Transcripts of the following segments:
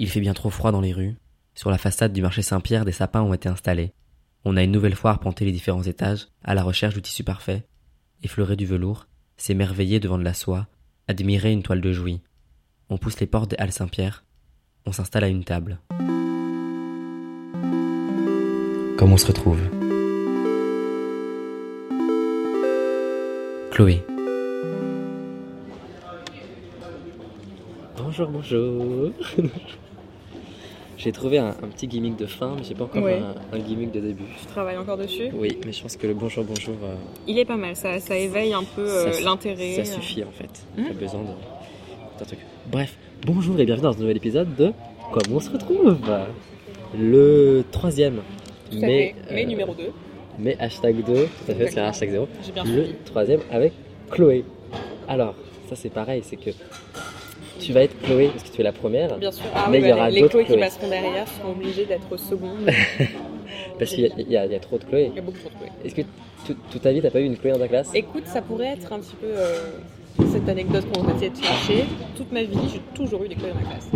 Il fait bien trop froid dans les rues. Sur la façade du marché Saint-Pierre, des sapins ont été installés. On a une nouvelle fois arpenté les différents étages, à la recherche du tissu parfait, effleurer du velours, s'émerveiller devant de la soie, admirer une toile de jouy. On pousse les portes des Halles Saint-Pierre, on s'installe à une table. Comme on se retrouve. Chloé. Bonjour, bonjour. j'ai trouvé un, un petit gimmick de fin, mais j'ai pas encore Ouais. un, un gimmick de début. Je travaille encore dessus. Oui, mais je pense que le bonjour, bonjour, euh, Il est pas mal, ça, ça éveille un peu Ça euh, Mmh. su- l'intérêt. ça suffit en fait. Pas besoin de- d'un truc. Bref, bonjour et bienvenue dans ce nouvel épisode de Comment on se retrouve Le troisième. Tout à fait. euh, Mais numéro 2, Mais hashtag 2, tout à fait, c'est un hashtag 0. j'ai bien Le suivi. troisième avec Chloé. Alors, ça c'est pareil, c'est que tu vas être Chloé parce que tu es la première. Bien sûr. Ah Mais oui, il y bah, aura les, les d'autres Chloé qui Chloé. passeront derrière seront obligés d'être secondes. Parce qu'il y, a- il y a- il y a trop de Chloé. Il y a beaucoup trop de Chloé. Est-ce que tout- toute ta vie t'as pas eu une Chloé dans ta classe Écoute, ça pourrait être un petit peu euh, cette anecdote qu'on essayait de chercher. Toute ma vie, j'ai toujours eu des Chloé dans ma classe.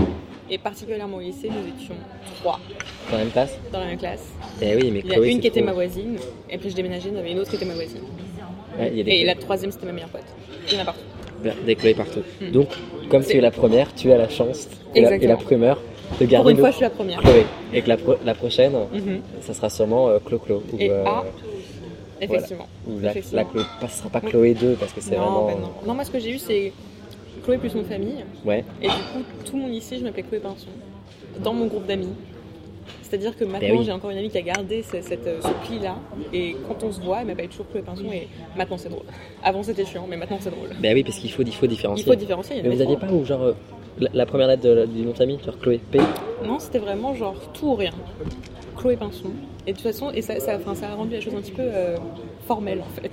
Et particulièrement au lycée, nous étions trois Dans la même classe dans la même classe. Eh oui, mais Il y a Chloé, une c'est qui était trop- ma voisine, et après je déménageais, il y en avait une autre qui était ma voisine. Ouais, il y a des Et Chloé. la troisième, c'était ma meilleure pote. Il y en a partout. des Chloé partout. Mm. Donc, comme tu es la première, tu as la chance et la, et la Exactement. primeur de Pour garder une nos fois, je suis la première. Chloé. Et que la, pro- la prochaine, Mhm. ça sera sûrement euh, Clo-Clo. Ou, Et euh, A, Effectivement. ou la, effectivement. la Chloé, pas- ce sera pas Chloé 2 parce que c'est Non, vraiment. euh, bah non. non, moi ce que j'ai eu c'est Chloé plus mon famille. Ouais. Et du coup, tout mon lycée, je m'appelais Chloé Pinson. Dans mon groupe d'amis. C'est-à-dire que maintenant, Ben oui. j'ai encore une amie qui a gardé ce, cette- euh, ce pli-là. Et quand on se voit, elle m'appelle toujours Chloé Pinson. Et maintenant, c'est drôle. Avant, c'était chiant, mais maintenant, c'est drôle. Ben oui, parce qu'il faut, il faut Il différencier. faut différencier. il y en Mais a vous aviez trois. pas ou genre euh, la, la première lettre de la- du nom de famille, genre Chloé P Non, c'était vraiment genre tout ou rien. Chloé Pinson. Et de toute façon, et ça, ça, enfin, ça a rendu la chose un petit peu euh, formelle en fait.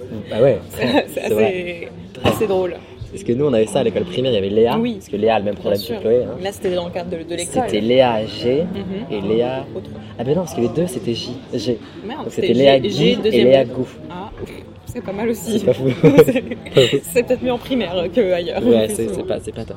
Bah ouais. C'est vrai. assez, assez drôle. Parce que nous, on avait ça à l'école primaire, il y avait Léa. Oui. Parce que Léa a le même Bien problème que sûr. Chloé. hein. Là, c'était dans le cadre de, de l'école. C'était Léa G Mhm. et Léa. Autre. Ah ben non, parce que les deux c'était J. G. Merde, Donc c'était Léa G- Guy G, et deuxième Léa lettre. Gouff. Ah, ouf, c'est pas mal aussi. C'est pas fou. C'est- c'est peut-être mieux en primaire que ailleurs. Ouais, c'est, c'est pas, c'est pas top.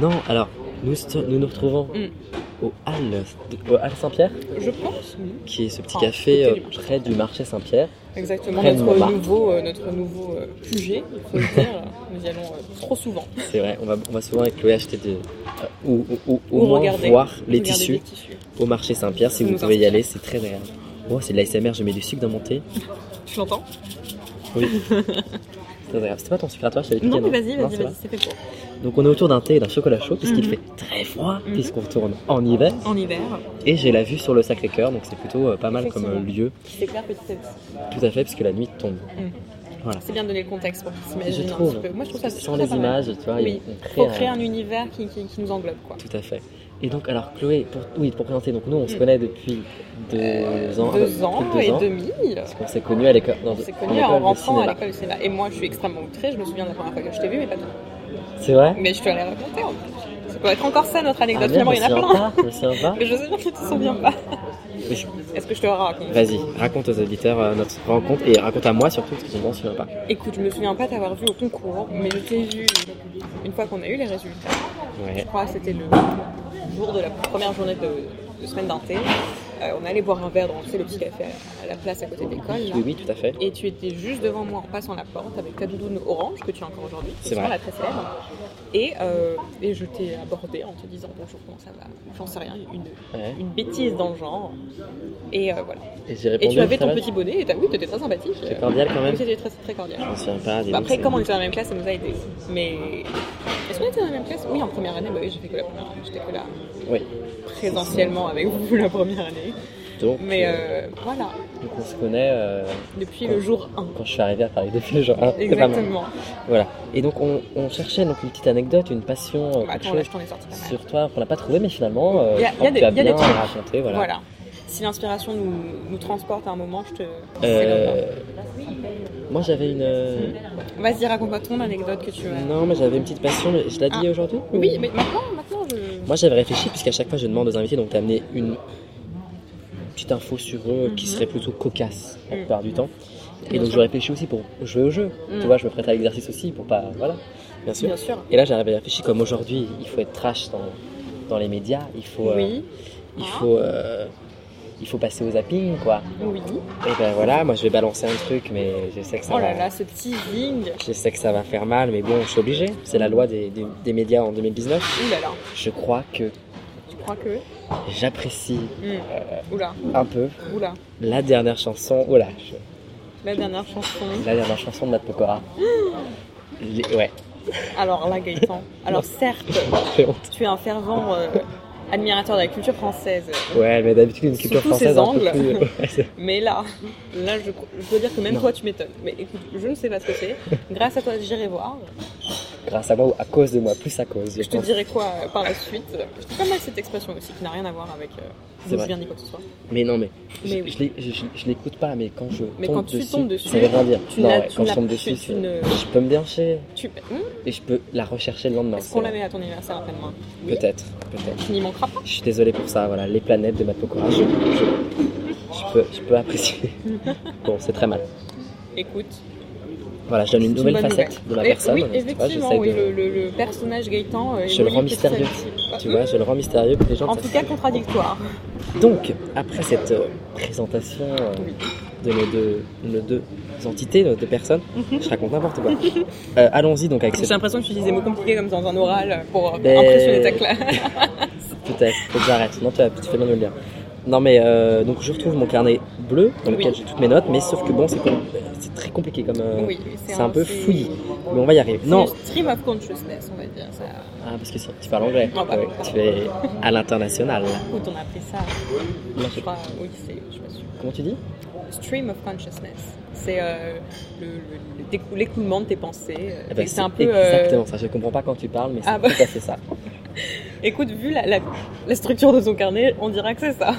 Non, alors, nous se- nous, nous retrouvons Mm. au Hall, au Hall Saint-Pierre, Je pense, oui. qui est ce petit Ah, café côté du euh, marché. près du marché Saint-Pierre. Exactement, Prenne notre Montmartre. nouveau, euh, notre nouveau euh, QG, faut le dire. Nous y allons euh, trop souvent. C'est vrai, on va, on va souvent avec Chloé acheter de, euh, ou, ou- ou- au Ou moins regarder. voir les Regardez tissus les tissus. au marché Saint-Pierre. Si Ça vous nous pouvez y inspire. aller, c'est très agréable. Oh, c'est de l'ASMR, je mets du sucre dans mon thé. Tu l'entends Oui. c'est très agréable. C'était pas ton sucre à toi, je t'avais piqué, Non, mais vas-y, Non, vas-y, c'est vas-y, c'est fait pour. pas. Donc on est autour d'un thé et d'un chocolat chaud, puisqu'il Mhm. fait très froid, Mhm. puisqu'on tourne en hiver. En hiver, Et j'ai la vue sur le Sacré-Cœur, donc c'est plutôt euh, pas mal comme euh, Effectivement. lieu. qui s'éclaire petit à petit. Tout à fait, puisque la nuit tombe. C'est bien de donner le contexte pour qu'ils Je s'imaginent un trouve. petit peu. Moi, je trouve ça je Sans trouve ça les pas mal. images, tu vois, Oui. on crée, Faut un- créer un univers qui, qui- qui nous englobe, quoi. Tout à fait. Et donc, alors Chloé, pour, oui, pour présenter, donc nous on se connaît depuis deux ans. Mm. Euh, Deux un peu ans plus de et ans, demi. euh, Parce qu'on s'est connus à l'école. dans- On s'est en connus école en de rentrant à cinéma. l'école de cinéma. Et moi, je suis extrêmement outrée. Je me souviens de la première fois que je t'ai vu, mais pas toi. C'est vrai Mais je te l'ai raconté. en fait. Ça peut être encore ça notre Ah, anecdote. merde, Finalement, il y en a je me plein. souviens pas, je me souviens pas. Mais je sais bien que tu te souviens pas. Mais je- Est-ce que je te la raconte Vas-y, raconte aux auditeurs euh, notre rencontre et raconte à moi surtout parce que je m'en souviens pas. Écoute, je me souviens pas t'avoir vu au concours, mais je t'ai vu une fois qu'on a eu les résultats. Je Ouais. crois que c'était le jour de la première journée de, de semaine d'inté. Euh, on allait boire un verre dans tu sais, le petit café à, à la place à côté de l'école. là. Oui, oui, tout à fait. Et tu étais juste devant moi en passant la porte avec ta doudoune orange que tu as encore aujourd'hui, qui C'est est vrai. vraiment la très célèbre. Et, euh, et je t'ai abordé en te disant bonjour, comment ça va J'en sais rien, une, Ouais. une bêtise dans le genre. Et euh, voilà. Et j'ai Et répondu. tu avais ça ton va petit bonnet et t'as- oui, t'étais très sympathique. C'est cordial quand Oui, même. c'était très, très cordial. Je m'en souviens pas. dis Bah donc, après, c'est- comme on était dans la même classe, ça nous a aidés. Mais est-ce qu'on était dans la même classe Oui, en première année, bah oui, j'ai fait que la première année. J'étais que là Oui. présentiellement avec vous la première année. Donc, Mais euh, euh, voilà, donc on se connaît euh, depuis le jour 1. quand je suis arrivé à Paris depuis hein, le jour 1. Exactement. Voilà. Et donc on, on cherchait donc une petite anecdote, une passion, euh, Bah, quelque attends, chose là, je t'en ai sorti pas mal. sur toi qu'on n'a pas trouvé, mais finalement, euh, Y a- je crois y a que des- tu as y a bien des trucs. raconté. Voilà. Voilà. Si l'inspiration nous, nous transporte à un moment, je te. c'est Euh, moi j'avais une. euh, le moment. Vas-y, raconte-moi ton anecdote que tu as. Non, mais j'avais une petite passion. mais Je l'ai dit aujourd'hui Ah. Oui, mais maintenant, maintenant, je. Moi j'avais réfléchi, puisqu'à chaque fois je demande aux invités, donc t'as amené une petite info sur eux qui Mhm. serait plutôt cocasse la Mhm. plupart du temps. Et Bien donc sûr. je réfléchis aussi pour jouer au jeu. Mm. Tu vois, je me prête à l'exercice aussi pour pas. Voilà. Bien sûr. Bien sûr. Et là j'avais réfléchi comme aujourd'hui, il faut être trash dans, dans les médias, il faut, euh, oui, il faut, euh, il faut passer au zapping, quoi. oui. Et ben voilà, moi je vais balancer un truc, mais je sais que ça Oh va. là là, ce teasing. Je sais que ça va faire mal, mais bon, je suis obligé. C'est la loi des, des- des médias en 2019. Ouh là là, Je crois que tu crois que. j'apprécie Hmm. Euh. Oula, un peu oula. la dernière chanson. Oh là, je- La dernière chanson. la dernière chanson de Nat Pokora. Les- Ouais, Alors là, Gaëtan. Alors certes, j'ai honte. tu es un fervent euh, admirateur de la culture française. Ouais, mais d'habitude, une culture Sous tous française ses un peu angles. plus. euh, Ouais, c'est- Mais là, là, je, je dois dire que même Non. toi, tu m'étonnes. Mais écoute, je ne sais pas ce que c'est. Grâce à toi, j'irai voir. Grâce à moi ou à cause de moi, plus à cause. Je Je te pense. dirai quoi euh, par la suite. Je trouve pas mal cette expression aussi, qui n'a rien à voir avec euh, C'est d'où je vrai. viens ni quoi que ce soit. Mais non, mais, je- Mais oui. je, l'ai- je- je- je l'écoute pas, mais quand je Mais tombe quand tu dessus, tombes dessus, ça veut rien dire. tu non, n'as- ouais, tu quand je n'as- euh, tombe tu- dessus, tu c'est- ne- je peux me bien chier Tu... Hmm et je peux la rechercher le lendemain. Est-ce qu'on la c'est- met à ton anniversaire après-demain Peut-être, peut-être. Tu n'y manqueras pas. Je suis désolé pour ça, voilà, les planètes de Matpokora, je, je, je peux, je peux apprécier. bon, c'est très mal. Écoute, Voilà, je donne une c'est une nouvelle bonne facette de ma Et- personne. Oui, tu vois, effectivement, j'essaye oui, de- le, le- le personnage Gaëtan. euh, Je le rends évolue petit à mystérieux. petit. Tu vois, je le rends mystérieux pour les gens. En ça tout se- cas, contradictoire. Donc, après cette euh, présentation euh, Oui. de nos deux, nos deux entités, nos deux personnes, Mhm. je raconte n'importe quoi. Euh, Allons-y donc avec J'ai cette... l'impression que tu dis des mots compliqués comme dans un oral pour euh, Ben- impressionner ta classe. Peut-être, faut que j'arrête. Non, tu, as- tu fais bien de me le dire. Non, mais euh, donc je retrouve mon carnet bleu dans lequel Oui. j'ai toutes mes notes, mais sauf que bon, c'est com- c'est très compliqué comme. euh, Oui, c'est un peu c'est- fouillis. Mais on va y arriver. Non, Non. Stream of consciousness, on va dire. Ça, ah, parce que si, tu parles anglais. Ah bah. Ouais, tu es à l'international. écoute, on a appris ça, Non, je c'est- crois, au lycée, je suis pas sûre. Comment tu dis Stream of consciousness, c'est euh, le- le- le décou- l'écoulement de tes pensées. euh, Eh ben, c'est un peu. euh, Exactement ça. Je comprends pas quand tu parles, mais c'est Ah bah. tout à fait ça. écoute, vu la, la- la structure de ton carnet, on dira que c'est ça.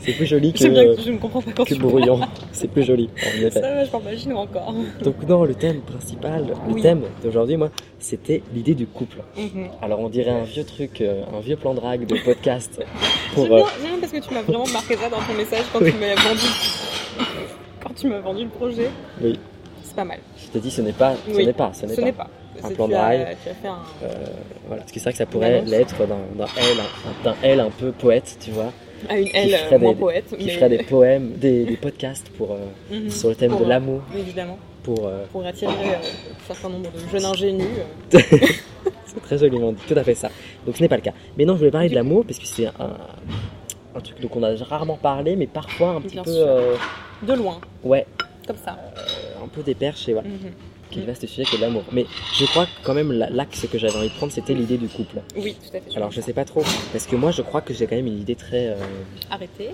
C'est plus joli que, J'aime bien que je ne comprends pas quand que tu bruyant. c'est plus joli, en parles. effet. Ça va, je parle pas chinois encore. Donc, non, le thème principal, le Oui. thème d'aujourd'hui, moi, c'était l'idée du couple. Mhm. Alors, on dirait un vieux truc, euh, un vieux plan drague de podcast pour. J'aime euh, bien, j'aime bien parce que tu m'as vraiment marqué ça dans ton message quand Oui. tu m'as vendu. quand tu m'as vendu le projet. euh, Oui. C'est pas mal. Je te dis, ce n'est pas, ce Oui. n'est pas, ce n'est Ce pas. n'est pas. Un C'est- plan tu de as- rail. Tu as fait un. Euh, voilà, parce que c'est vrai que ça pourrait Une l'être d'un d'un L, un- d'un L un peu poète, tu vois, à une L ferait euh, moins des- poète. qui mais- ferait des poèmes, des, des podcasts pour euh, Mhm. sur le thème Pour, de euh, l'amour, Évidemment, pour euh, pour attirer euh, un certain nombre de jeunes ingénus. euh. c'est très joliment dit, tout à fait ça. Donc ce n'est pas le cas. Mais non, je voulais parler de Du- l'amour parce que c'est un, un truc dont on a rarement parlé, mais parfois un petit Bien peu, sûr. euh, de loin, ouais, comme ça. un peu des perches et voilà, Mhm. quel vaste sujet que l'amour. Mais je crois que quand même la- l'axe que j'avais envie de prendre, c'était l'idée du couple. Oui, tout à fait. Alors je sais pas trop, parce que moi je crois que j'ai quand même une idée très euh, Arrêter.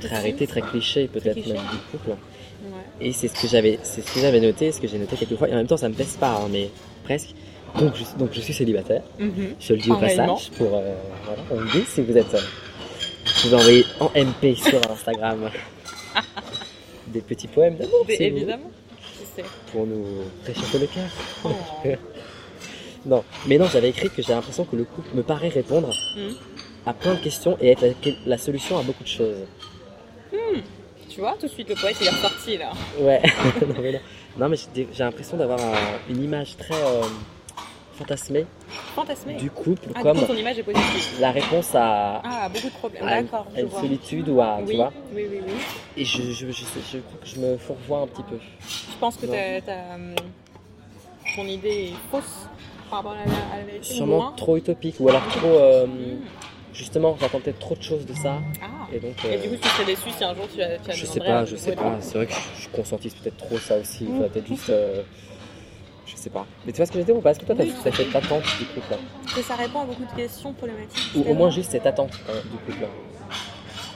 très arrêté, très cliché peut-être cliché. même du couple. Ouais. Et c'est ce que j'avais, c'est ce que j'avais noté, ce que j'ai noté quelques fois. Et en même temps, ça me pèse pas, hein, mais presque. Donc je, donc je suis célibataire. Mhm. Je le dis au En réellement. passage pour euh, voilà, on le dit si vous êtes. euh, vous pouvez envoyer en MP sur Instagram des petits poèmes d'amour Mais si vous voulez, évidemment. Qui sait pour nous réchauffer le cœur. Oh. Non, mais non, j'avais écrit que j'ai l'impression que le couple me paraît répondre Mhm. à plein de questions et être la, la solution à beaucoup de choses. Tu vois, tout de suite, le poète, il est ressorti là. Ouais, non mais, non. Non, mais j'ai des- j'ai l'impression d'avoir un- une image très euh, fantasmée Fantasmé. du couple Ah, comme du coup, ton image est positive. la réponse à, Ah, beaucoup de problèmes. à une, D'accord, à je une vois. solitude ou à. Tu oui, vois oui, oui, oui. Et je, je, je, sais- je crois que je me fourvoie un petit peu. Je pense que Non. t'as- t'as, hum, ton idée est fausse par rapport à la, à la vérité. ou Sûrement moins. trop utopique ou alors trop. euh, Mhm. justement, j'attends peut-être trop de choses de ça. Ah. Et donc. Et euh, du coup, tu serais déçu si un jour tu as, tu as je sais demanderais pas, à- je sais Ouais. pas. C'est vrai que je, je consentisse peut-être trop ça aussi. Il faudrait Mhm. peut-être juste. euh, je sais pas. Mais tu vois ce que je veux dire ou pas Est-ce que toi, t'as Oui. as cette attente du couple là Que ça répond à beaucoup de questions problématiques. Ou au moins juste cette attente euh, du couple là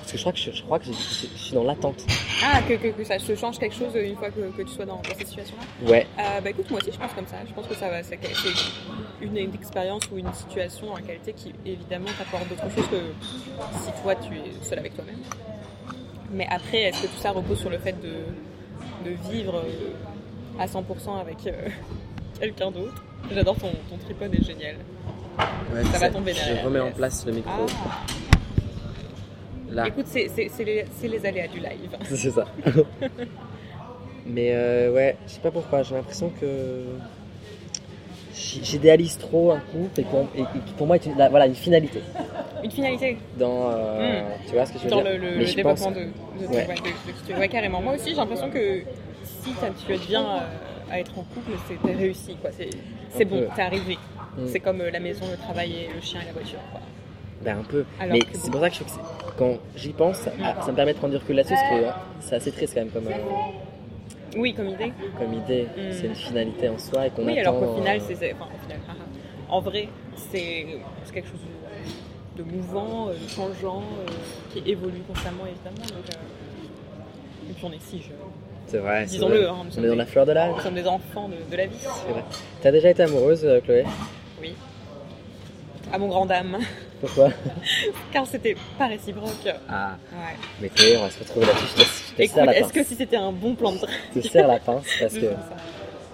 Parce que je crois que je, je crois que je, je- je suis dans l'attente. Ah, que, que, que ça se change quelque chose une fois que, que tu sois dans, dans cette situation-là. Ouais, Euh, bah écoute, moi aussi je pense comme ça. Je pense que ça va. C'est que- c'est une expérience ou une situation en qualité qui évidemment t'apporte d'autres choses que si toi tu es seul avec toi-même. Mais après, est-ce que tout ça repose sur le fait de, de vivre euh, à 100% avec euh, quelqu'un d'autre J'adore ton, ton tripode est génial. Ça va tomber derrière, Je remets en yes. place le Ah micro là. Écoute, c'est- c'est c'est les, c'est les aléas du live. C'est ça. Mais euh, ouais, je sais pas pourquoi, j'ai l'impression que. Je j'idéalise trop un couple et, pour, et, et qui pour moi est une, la- voilà, une finalité. Une finalité Dans, euh, Tu vois ce que je veux Hmm. dans dire le, le- Mais le je développement pense- de, de, Ouais. ouais, de- de qui tu es. Ouais, carrément. Moi aussi, j'ai l'impression que si t'as- tu adviens à, à être en couple, c'est t'as réussi. quoi. C'est c'est Un bon, peu. t'es arrivé. Mm. C'est comme euh, la maison, le travail, et le chien et la voiture. quoi. Ben, un peu. Alors mais que c'est bon. pour ça que je trouve que c'est- quand j'y pense, ça, ah, ça me permet de prendre du recul là-dessus parce que hein, c'est assez triste quand même comme, euh, Oui, comme idée. comme idée. Mm. C'est une finalité en soi et qu'on Oui, attend. alors qu'au final, euh, c'est- c'est. Enfin, au final, haha. en vrai, c'est c'est quelque chose de, de mouvant, euh, changeant, euh, qui évolue constamment, évidemment. Donc, euh, Et puis on est si jeunes. C'est vrai. c'est Disons-le, vrai. hein, nous On sommes est dans des- la fleur de l'âge. nous sommes des enfants de, de la vie. T'as déjà été amoureuse, euh, Chloé Oui. À mon grand dame. Pourquoi Car c'était pas réciproque. Ah, Ouais. mais Chloé, on va se retrouver là-dessus. Je te- je te serre Écoute, la est-ce pince. que si c'était un bon plan de travail Je te serre la pince parce de que. faire ça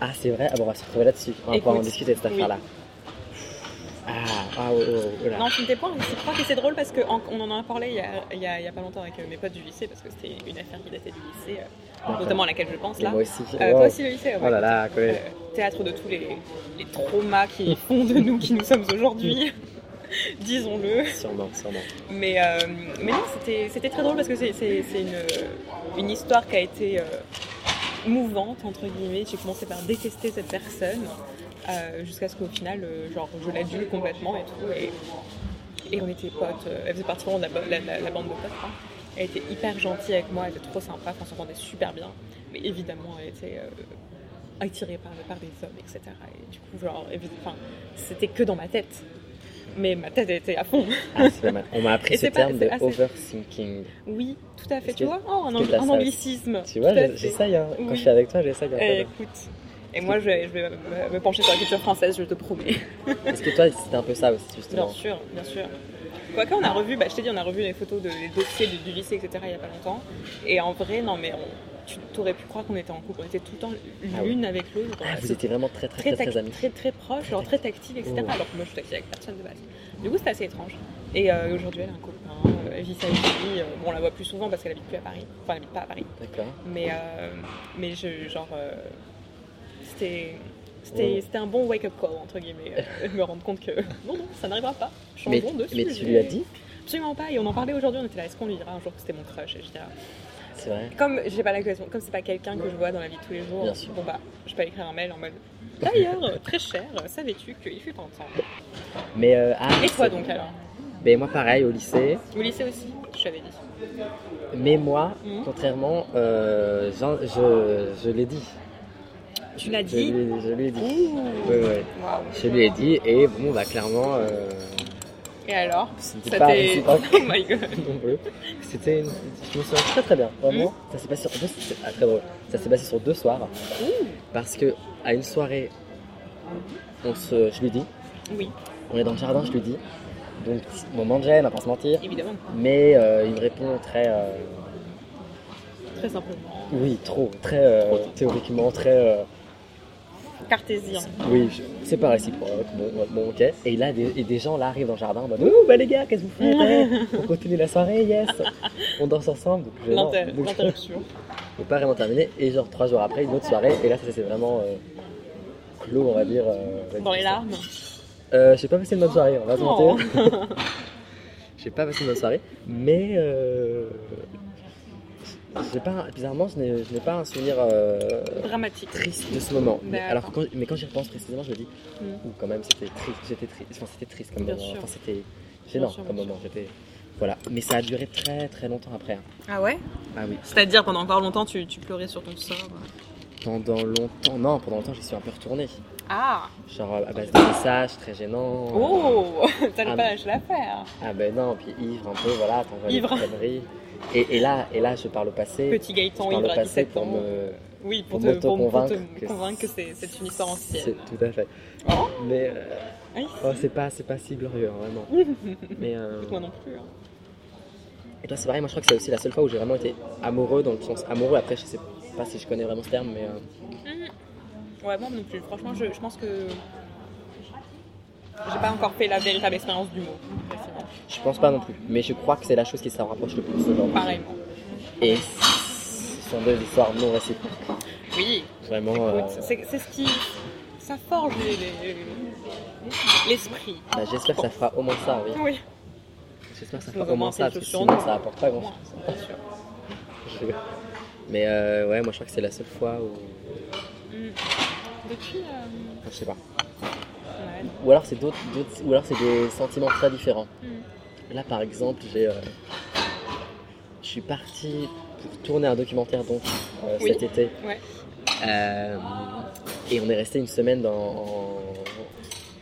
Ah, c'est vrai. Ah, bon, on va se retrouver là-dessus. On va pouvoir en Écoute, discuter de cette oui. affaire-là. Ah, ah, oh, oh, oh, oh là. Non, tu n'étais pas hein, un réciproque et c'est drôle parce qu'on en a parlé il y a, il y a- il y a pas longtemps avec euh, mes potes du lycée parce que c'était une affaire qui datait du lycée, euh, D'accord. notamment à laquelle je pense Et là. Moi aussi. Euh, Oh. Toi aussi le lycée ouais. Oh là là, Euh, Chloé. Théâtre de tous les, les traumas qui font de nous qui nous sommes aujourd'hui, disons-le. Sûrement, sûrement. Mais, euh, mais non, c'était c'était très drôle parce que c'est- c'est c'est une, une histoire qui a été euh, mouvante, entre guillemets. J'ai commencé par détester cette personne euh, jusqu'à ce qu'au final, euh, genre, je l'adule complètement et tout. Et, et on était potes. euh, Elle faisait partie vraiment de la, bo- la- la- la bande de potes. hein. Elle était hyper gentille avec moi, elle était trop sympa, enfin, on s'entendait super bien. Mais évidemment, elle était euh, attirée par, par des hommes, etc. Et du coup, genre, évi- enfin, c'était que dans ma tête. Mais ma tête était à fond. Ah, c'est pas mal. On m'a appris Et ce c'est pas- terme c'est de assez- overthinking. Oui, tout à fait. Est-ce Tu que- vois, oh, un, est-ce que t'as ang- un ça anglicisme. Tu vois, Tout à j'ai- fait. j'essaye. Hein. Quand Oui. je suis avec toi, j'essaye. un peu. Eh, Écoute, et moi je vais, je vais me, me pencher sur la culture française, je te promets. Est-ce que toi, c'était un peu ça aussi, Bien justement sûr, bien sûr. Quoique on a revu, bah, je t'ai dit, on a revu les photos de- des dossiers du, du lycée, etc. il n'y a pas longtemps. Et en vrai, non mais on- tu t'aurais pu croire qu'on était en couple. On était tout le temps Ah l'une avec l'autre. Ah, vous C'est étiez vraiment très, très, très, très, tac- très très, amis. très, proche, genre très tactile, etc. Oh. Alors que moi je suis tactile avec personne de base. Du coup, c'est assez étrange. Et euh, aujourd'hui, elle a un copain, euh, elle vit sa vie. euh, bon, on la voit plus souvent parce qu'elle habite plus à Paris. Enfin, elle habite pas à Paris. D'accord. Mais, euh, mais je, genre, euh, c'était, c'était, Ouais. c'était un bon wake-up call, entre guillemets. euh, me rendre compte que non, non, ça n'arrivera pas. Mais, Changeons de mais tu sujet. lui as dit Absolument pas. Et on en parlait aujourd'hui, on était là. Est-ce qu'on lui dira un jour que c'était mon crush Et je dirais, C'est vrai. Comme j'ai pas l'occasion, comme c'est pas quelqu'un que je vois dans la vie de tous les jours, Bien sûr. bon bah, je peux écrire un mail en mode. D'ailleurs, très cher, savais-tu qu'il fut un temps Mais euh, ah, Et toi c'est- donc alors Mais moi, pareil, au lycée. Au lycée aussi, je t'avais dit. Mais moi, Mhm. contrairement, euh, j'en- je, je l'ai dit. Tu l'as Je dit lui- Je lui ai dit. Ouh Oui, oui. Waouh. Je lui ai dit, et bon, bah clairement, euh, Et alors c'était Ça pas t'est. réciproque. Oh my god non plus. C'était une... Je me souviens très très bien, vraiment. Ça s'est passé sur deux... c'est- ah, très drôle. Ça s'est passé sur deux soirs. Ouh. Parce que à une soirée, on se... je lui dis, Oui, on est dans le jardin, je lui dis. Donc, petit moment de gêne, on va pas se mentir. évidemment, Mais euh, il me répond très... euh, très simplement. Oui, trop. Très euh, Trop. théoriquement, très... euh, Cartésien. Oui, je- c'est pas réciproque. Bon, ouais, bon, ok. Et là, des, et des gens là arrivent dans le jardin en mode Ouh, bah les gars, qu'est-ce que vous faites Eh, On continue la soirée, yes On danse ensemble. Donc, je- non. L'inter- Donc, L'interruption. on n'est pas vraiment terminé. Et genre, trois jours après, une autre soirée. Et là, ça c'est vraiment euh, clos, on va dire. euh, Dans les larmes. Euh, J'ai pas passé une bonne soirée, on va se Oh. mentir. J'ai pas passé une bonne soirée. Mais. Euh, j'ai pas, un- bizarrement, je n'ai je n'ai pas un souvenir. euh, Dramatique. triste de ce moment. Mais, D'accord. alors, quand, mais quand j'y repense précisément, je me dis, Mm. ou quand même, c'était triste. J'étais triste. Enfin, c'était triste comme Bien moment. sûr. Enfin, c'était gênant Bien sûr, comme bien moment. J'étais, voilà. Mais ça a duré très très longtemps après. hein. Ah ouais Ah oui. C'est-à-dire pendant encore longtemps tu, tu pleurais sur ton sort. Pendant longtemps, non, pendant longtemps, j'y suis un peu retourné. Ah Genre ben, à base de messages très gênants. euh, Oh T'as Ah, le pas lâché l'affaire ah ben non, puis ivre un peu, voilà, t'envoies des Ivre. conneries. Et, et là, et là, je parle au passé. Petit je Gaëtan parle ivre au à passé 17 pour ans. me. Oui, pour, pour te, pour- pour m'auto-convaincre te que convaincre que c'est c'est une histoire C'est ancienne. tout à fait. Oh. Mais euh, Oui. oh, c'est pas, c'est pas si glorieux, hein, vraiment. Mais euh, Moi non plus. hein. Et toi, c'est pareil, moi je crois que c'est aussi la seule fois où j'ai vraiment été amoureux, dans le sens amoureux. Après, je sais pas si je connais vraiment ce terme, mais. euh, Mhm. Ouais, moi non plus. Franchement, je, je pense que. J'ai pas encore fait la véritable expérience du mot. effectivement. je pense pas non plus. Mais je crois que c'est la chose qui s'en rapproche le plus aujourd'hui. Pareillement. Et ce sont deux histoires non réciproques. Oui, Vraiment. Écoute, euh, c'est c'est ce qui, ça forge les- les- l'esprit. Bah, J'espère que ça fera au moins ça, oui. Oui, J'espère que ça Nous fera au moins augmenter ça, parce le que taux de sinon surnom. ça apporte pas grand chose. bien sûr. Mais euh, ouais, moi je crois que c'est la seule fois où. Mm. Depuis. euh, Enfin, je sais pas. ouais. Ou alors c'est d'autres, d'autres- ou alors c'est des sentiments très différents. Hmm. Là par exemple, j'ai, euh, je suis parti pour tourner un documentaire donc euh, Oui. cet été. Ouais. Euh, et on est resté une semaine dans,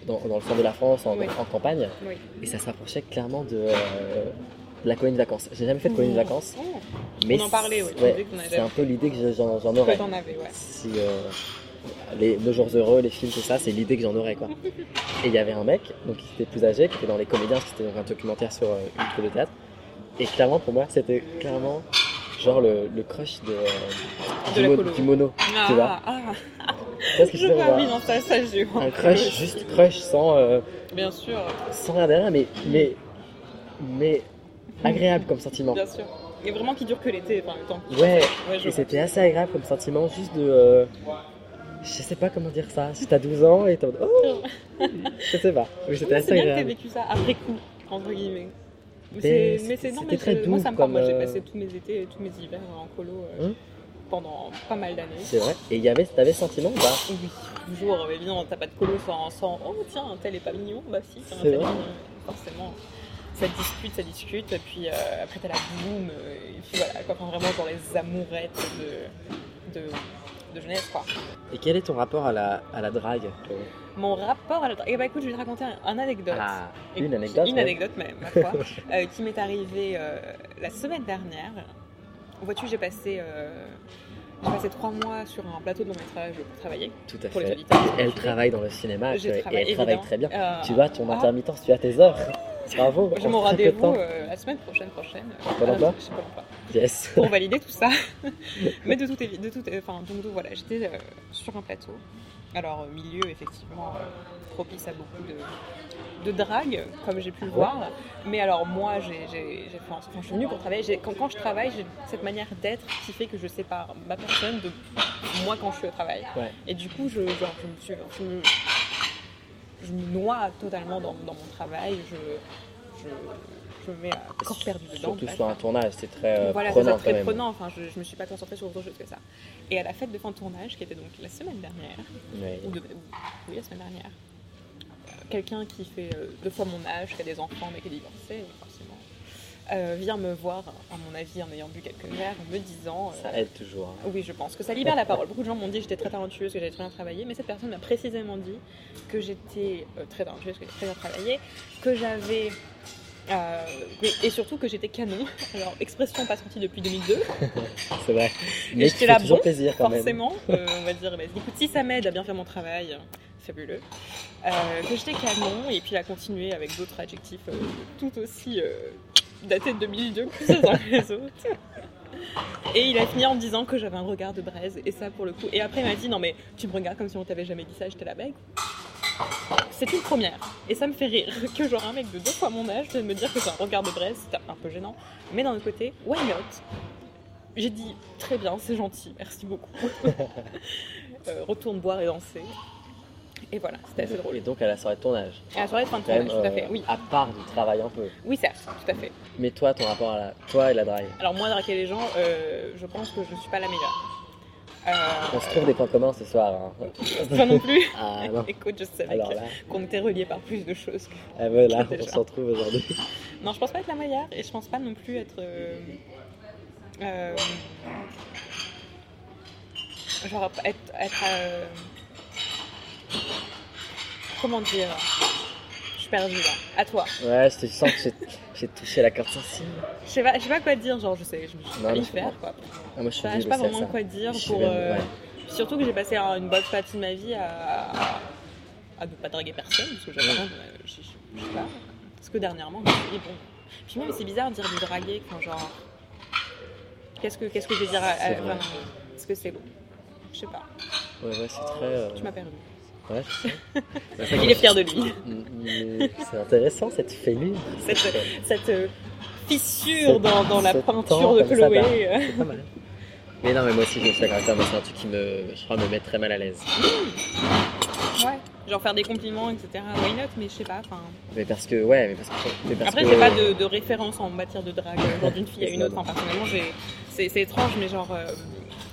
dans, dans le centre de la France, en, Oui. en campagne, Oui. et ça se rapprochait clairement de, euh, de la colonie de vacances. J'ai jamais fait de colonie de vacances, Oh, mais en parlait, ouais, c'est- tu me disais que t'en avais c'est un peu l'idée que j'en, j'en que aurais. t'en avais, ouais. si euh, les Nos jours heureux, les films, tout ça, c'est l'idée que j'en aurais quoi. Et il y avait un mec, donc qui était plus âgé, qui était dans les comédiens, parce que c'était dans un documentaire sur euh, une troupe de théâtre. Et clairement pour moi, c'était clairement genre le, le crush de, euh, De du, la mo- colo. du mono. Ah, Tu vois ah, Tu vois ce que je je veux dire, vois, oui, voilà. non, ça, ça, j'ai eu Un crush, juste crush, sans, euh, Bien sûr, sans rien derrière, mais, mais, mais agréable comme sentiment. bien sûr. Et vraiment qui dure que l'été, enfin, le temps. Ouais, Ouais, je Et c'était assez agréable comme sentiment, juste de. euh, je sais pas comment dire ça. Si t'as 12 ans et t'es en mode, Oh Je sais pas. Mais c'était Oui, assez C'est bien que t'aies agréable. vécu ça après coup, entre guillemets. Mais Mais c'est- mais c'est c'était- non, mais c'était très je- doux moi ça me parle. comme, Moi j'ai euh, passé tous mes étés et tous mes hivers euh, en colo euh, Hein pendant pas mal d'années. C'est vrai. Et il y avait, t'avais ce sentiment ou pas Oui, toujours, mais évidemment, t'as pas de colo sans, sans oh tiens, un tel est pas mignon, bah si, tiens, un C'est tel est vrai. mignon. Forcément, ça discute, ça discute, et puis euh, après t'as la bloom, euh, et puis voilà, quoi, Enfin, vraiment dans les amourettes de, de, de jeunesse, quoi. Et quel est ton rapport à la, à la drague Chloé Mon rapport à la. Et bah écoute, je vais te raconter un, un anecdote. Ah, Et- une anecdote. Une ouais. anecdote même, ma foi, euh, qui m'est arrivée euh, la semaine dernière. Vois-tu, j'ai passé, euh, j'ai passé trois mois sur un plateau de long métrage pour travailler, Tout à pour les fait. auditeurs. Elle travaille dans le cinéma J'ai Chloé, Ah, et travaillé, elle travaille évidemment. très bien. Euh, Tu vois, ton ah. intermittence, tu as tes heures. Bravo. J'ai en mon très peu de rendez-vous temps. euh, la semaine prochaine, prochaine. euh, Pôle emploi je sais pas pourquoi. Yes. Pour valider tout ça. Mais de tout, évi- de tout, euh, enfin, donc, donc, voilà, j'étais euh, sur un plateau. Alors euh, milieu effectivement euh, propice à beaucoup de, de drague, comme j'ai pu le voir. Mais alors moi, j'ai, j'ai, j'ai- enfin, quand je suis venue pour travailler. j'ai- quand, quand je travaille, j'ai cette manière d'être qui fait que je sépare ma personne de moi quand je suis au travail. Ouais. Et du coup, je, genre, je me suis, je me, je me noie totalement dans, dans mon travail. Je, je, je me mets à corps perdu dedans. Surtout bref. sur un tournage, c'est très euh, voilà, c'est ça, prenant très quand même. prenant. Enfin, je, je me suis pas concentrée sur autre chose que ça. Et à la fête de fin de tournage, qui était donc la semaine dernière, Ouais. ou de- ou- oui, la semaine dernière. Euh, Quelqu'un qui fait euh, deux fois mon âge, qui a des enfants mais qui est divorcé, forcément, euh, vient me voir, à mon avis, en ayant bu quelques verres, en me disant. euh, Ça aide toujours. hein. oui, je pense que ça libère la parole. Beaucoup de gens m'ont dit que j'étais très talentueuse, que j'avais très bien travaillé, mais cette personne m'a précisément dit que j'étais euh, très talentueuse, que j'avais très bien travaillé, que j'avais. euh, mais- et surtout que j'étais canon. Alors, expression pas sortie depuis 2002, hein. C'est vrai. Mais j'étais c'est là, toujours bon, plaisir quand même. forcément. Euh, on va dire, mais écoute, si ça m'aide à bien faire mon travail, euh, fabuleux. Euh, que j'étais canon, et puis à continuer avec d'autres adjectifs euh, tout aussi euh, datés de 2002 plus les uns que les autres. Et il a fini en me disant que j'avais un regard de braise, et ça pour le coup. Et après, il m'a dit Non, mais tu me regardes comme si on t'avait jamais dit ça, j'étais la bête. C'est une première, et ça me fait rire que, genre, un mec de deux fois mon âge vienne me dire que j'ai un regard de braise, c'est un peu gênant. Mais d'un autre côté, why not J'ai dit Très bien, c'est gentil, merci beaucoup. Euh, retourne boire et danser. Et voilà, c'était assez drôle. Et donc à la soirée de tournage. À la soirée de fin de Quand même, tournage, tout à fait, euh, oui. à part du travail un peu. Oui, certes, tout à fait. Mais toi, ton rapport à la... toi et la drague, Alors, moi, draguer les gens, euh, je pense que je ne suis pas la meilleure. on Euh, se trouve des points communs ce soir. hein. toi non plus Ah non. Écoute, je savais Alors que- là, qu'on était reliés par plus de choses. que- eh ben là, Déjà. on se retrouve aujourd'hui. Non, je pense pas être la meilleure et je pense pas non plus être. euh, euh, genre, être. être, euh, comment dire Je suis perdue là. À toi. Ouais, je te sens que j'ai- j'ai touché la corde sensible. Je sais pas, je sais pas quoi dire, genre, je sais, je je sais Non, pas non, y je faire quoi. Ah, moi, je Je suis sais pas- je horrible sais pas aussi à vraiment ça. quoi dire Je suis pour. même- euh, ouais. Surtout que j'ai passé un- une bonne partie de ma vie à, à ne pas draguer personne, parce que j'avais Ouais. vraiment, euh, je, je- je sais pas. Parce que dernièrement, je me suis dit, bon. Puis même, c'est bizarre de dire de draguer quand, genre. Qu'est-ce que, qu'est-ce que je vais dire à. à- C'est vrai. enfin, Est-ce que c'est bon Je sais pas, Ouais, ouais, c'est très. euh, tu m'as perdu. Ouais, je sais. C'est vrai que Il est fier de lui. Mais C'est intéressant cette fêlure. Cette, cette euh, fissure C'est- dans, dans la ce temps peinture de comme ça, Chloé. C'est pas mal. Mais non, mais moi aussi, je me suis caractère, moi, c'est un truc qui me, je crois, me met très mal à l'aise. Ouais. Genre faire des compliments, etc. Why not Mais je sais pas. Enfin. Mais parce que, ouais, mais parce que. mais parce Après, que- j'ai pas de, de référence en matière de drague euh, genre d'une fille à une autre. Non, non. Enfin, personnellement, j'ai- c'est c'est étrange, mais genre, euh,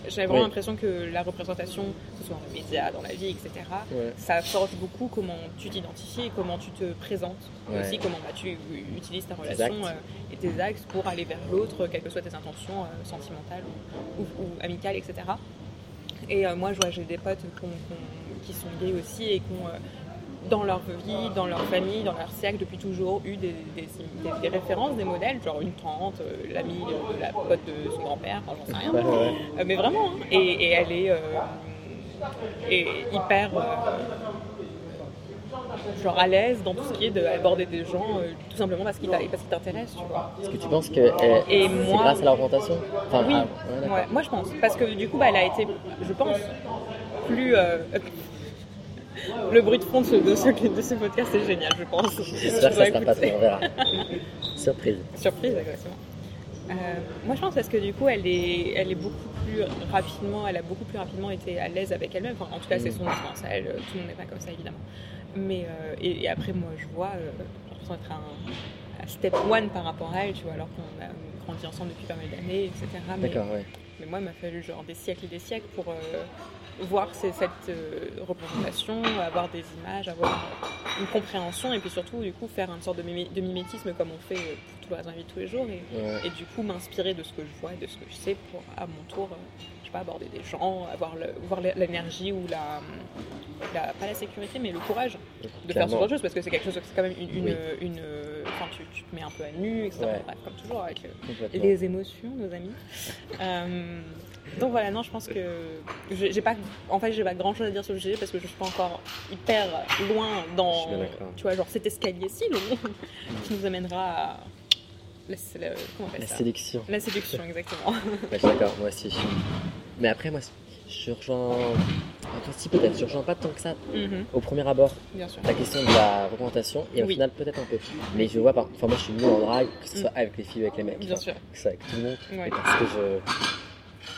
j'avais vraiment Oui. l'impression que la représentation, que ce soit dans les médias, dans la vie, etc., Ouais. ça forge beaucoup comment tu t'identifies et comment tu te présentes. Et Ouais. aussi comment bah, tu utilises ta Tes relation actes. euh, et tes axes pour aller vers l'autre, euh, quelles que soient tes intentions euh, sentimentales ou, ou- ou amicales, etc. Et euh, moi, je vois, j'ai des potes qu'on- qu'on- qui sont gays aussi et qui ont, euh, dans leur vie, dans leur famille, dans leur cercle, depuis toujours, eu des, des- des- des références, des modèles, genre une tante, euh, l'ami, euh, la pote de son grand-père, enfin, j'en sais rien. Ouais, ouais, ouais. Euh, mais vraiment, hein. et, et elle est, euh, et hyper euh, genre à l'aise dans tout ce qui est d'aborder des gens, euh, tout simplement parce qu'ils t'a- parce qu'ils t'intéressent, tu vois. Est-ce que tu penses que euh, Et c'est moi- grâce à la représentation Enfin, Oui. ah, ouais, d'accord. Ouais, moi je pense, parce que du coup, bah, elle a été, je pense, plus. euh, le bruit de fond de ce, de ce, de ce podcast est génial, je pense. J'espère que Je ça dois sera pas trop, écouter. on verra. Surprise. Surprise, exactement. Euh, moi, je pense parce que du coup, elle est, elle est beaucoup plus rapidement, elle a beaucoup plus rapidement été à l'aise avec elle-même. Enfin, en tout cas, c'est son expérience. à Elle, euh, tout le monde n'est pas comme ça, évidemment. Mais euh, et, et après, moi, je vois, euh, j'ai l'impression d'être un, à step one par rapport à elle, tu vois, alors qu'on a grandi ensemble depuis pas mal d'années, etc. Mais, D'accord, ouais. mais moi, il m'a fallu genre des siècles et des siècles pour euh, voir ces- cette euh, représentation, avoir des images, avoir une compréhension et puis surtout, du coup, faire une sorte de, mimi- de mimétisme comme on fait euh, pour tout le reste de la vie de tous les jours et, Ouais. et du coup m'inspirer de ce que je vois et de ce que je sais pour, à mon tour, euh, je sais pas, aborder des gens, avoir le- voir l'é- l'énergie ou la, la- pas la sécurité, mais le courage de faire ce genre Clairement. de choses parce que c'est quelque chose, c'est quand même une, une, Oui. une- euh, enfin, tu, tu te mets un peu à nu, etc. Ouais. Bref, comme toujours avec euh, le- Complètement. les émotions, nos amis. Euh, donc voilà, non, je pense que j'ai j'ai pas, en fait, j'ai pas grand chose à dire sur le sujet parce que je suis pas encore hyper loin Je dans, suis bien d'accord. tu vois, genre cet escalier-ci long qui nous amènera à la, sé- la- comment on appelle La ça sélection. La séduction, exactement. Ouais, je suis d'accord, moi aussi. Mais après, moi, je rejoins. Enfin, si, peut-être, je rejoins pas tant que ça. Mhm, Au premier abord, bien sûr. la question de la représentation, et au Oui. Mm. final, peut-être un peu. Mais je vois, par... enfin, moi, je suis mieux en drague, que ce soit avec les filles ou avec les mecs. Bien Enfin, sûr. que ce soit avec tout le monde. Ouais. Mais parce que je.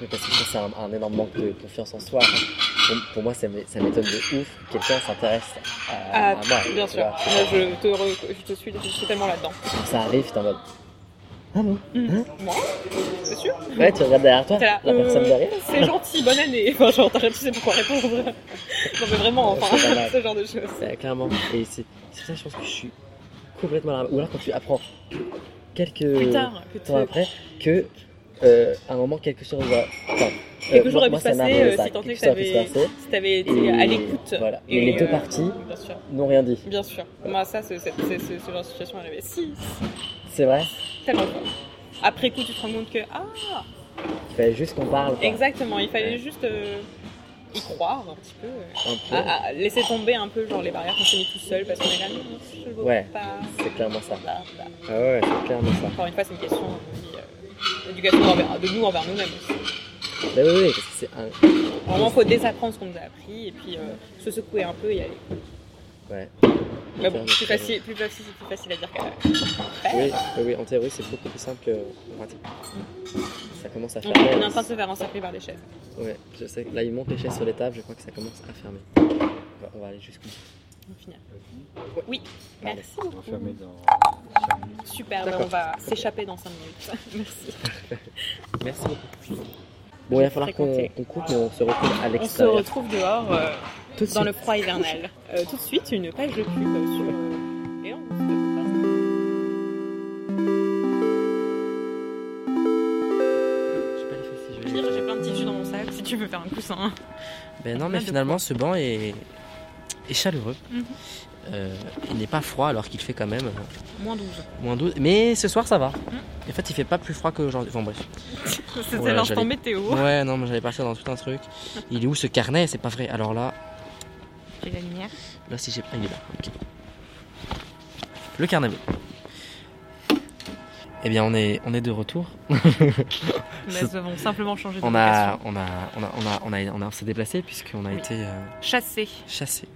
Mais parce que je pense que c'est un, un énorme manque de confiance en soi. Pour, pour moi, ça m'é- ça m'étonne de ouf que quelqu'un s'intéresse à, Ah, à moi. bien tu sûr. vois. Là, je te, re- je te suis, je suis tellement là-dedans. Quand ça arrive, t'es en mode. Ah bon Mhm. Moi, c'est sûr. Ouais, tu regardes derrière toi, T'es là, la euh, personne derrière. C'est gentil, bonne année. Enfin, genre, t'arrêtes, tu sais pourquoi répondre. non, mais vraiment, enfin, C'est pas mal. ce genre de choses. Ouais, clairement. Et c'est c'est ça, je pense que je suis complètement là. Ou alors quand tu apprends quelques Plus tard, que temps tu, après que euh, à un moment quelque chose va. Enfin, Quelque euh, chose aurait pu ça se m'est passer, arrivé, euh, ça, si tant est quelque que chose aurait pu t'avais- se passer. si t'avais été Et à l'écoute. Voilà. Et, Et les deux euh, parties Bien sûr. n'ont rien dit. Bien sûr. Moi, ça, c'est c'est- c'est- c'est ce genre de situation, elle avait si, C'est vrai. tellement fort. Après coup, tu te rends compte que, ah, Il fallait juste qu'on parle. quoi. exactement, il fallait juste euh, y croire un petit peu. euh, Un peu. à- à laisser tomber un peu genre les barrières qu'on s'est mis tout seul parce qu'on est là, non, je le vois Ouais. pas. C'est clairement ça. Bla, bla. Ah ouais, c'est clairement ça. Encore une fois, c'est une question euh, d'éducation envers- de nous envers nous-mêmes aussi. Bah oui, oui, parce que c'est un. Vraiment, faut désapprendre ce qu'on nous a appris et puis euh, se secouer un peu et y aller. Ouais. Mais bon, Clairement, plus clairement. facile, plus facile, c'est plus facile à dire qu'à Oui, faire. oui, oui, en théorie, c'est beaucoup plus simple que en pratique. Ça commence à On, faire. on est mal. en train de se faire encercler par des chaises. Ouais, je sais. Là, ils montent les chaises sur les tables, je crois que ça commence à fermer. On va, on va aller jusqu'au bout. On va finir. Oui, Pardon. merci On va beaucoup. fermer dans 5 minutes. Super, ben D'accord. on va s'échapper dans 5 minutes. merci. Merci beaucoup. Bon, il va falloir qu'on Fréquenter. qu'on coupe, mais on se retrouve à On se l'extérieur. retrouve dehors euh, tout de dans suite. le froid hivernal. Euh, tout de suite, une page de pub euh, sur. euh, et on se retrouve. J'ai pas les fesses, si je vais- Pire, j'ai plein de tissus dans mon sac si tu veux faire un coussin. Ben non, mais On a de finalement, ce banc est, est chaleureux. Mhm. Euh, il n'est pas froid alors qu'il fait quand même euh, Moins 12. moins 12. Mais ce soir, ça va. Hum. En fait, il fait pas plus froid qu'aujourd'hui. Enfin, bref. C'était Voilà, l'instant j'allais- météo. Ouais, non, mais j'allais partir dans tout un truc. Il est où ce carnet C'est pas vrai. Alors là, J'ai la lumière. là, si j'ai pas, il est là. Ok. Le carnet bleu. Eh bien, on est, on est de retour. Nous avons simplement changé de On vocation. a, on a, on a, on a, on a, on a- on s'est déplacé puisqu'on a Oui. été euh, Chassé. Mmh. chassé.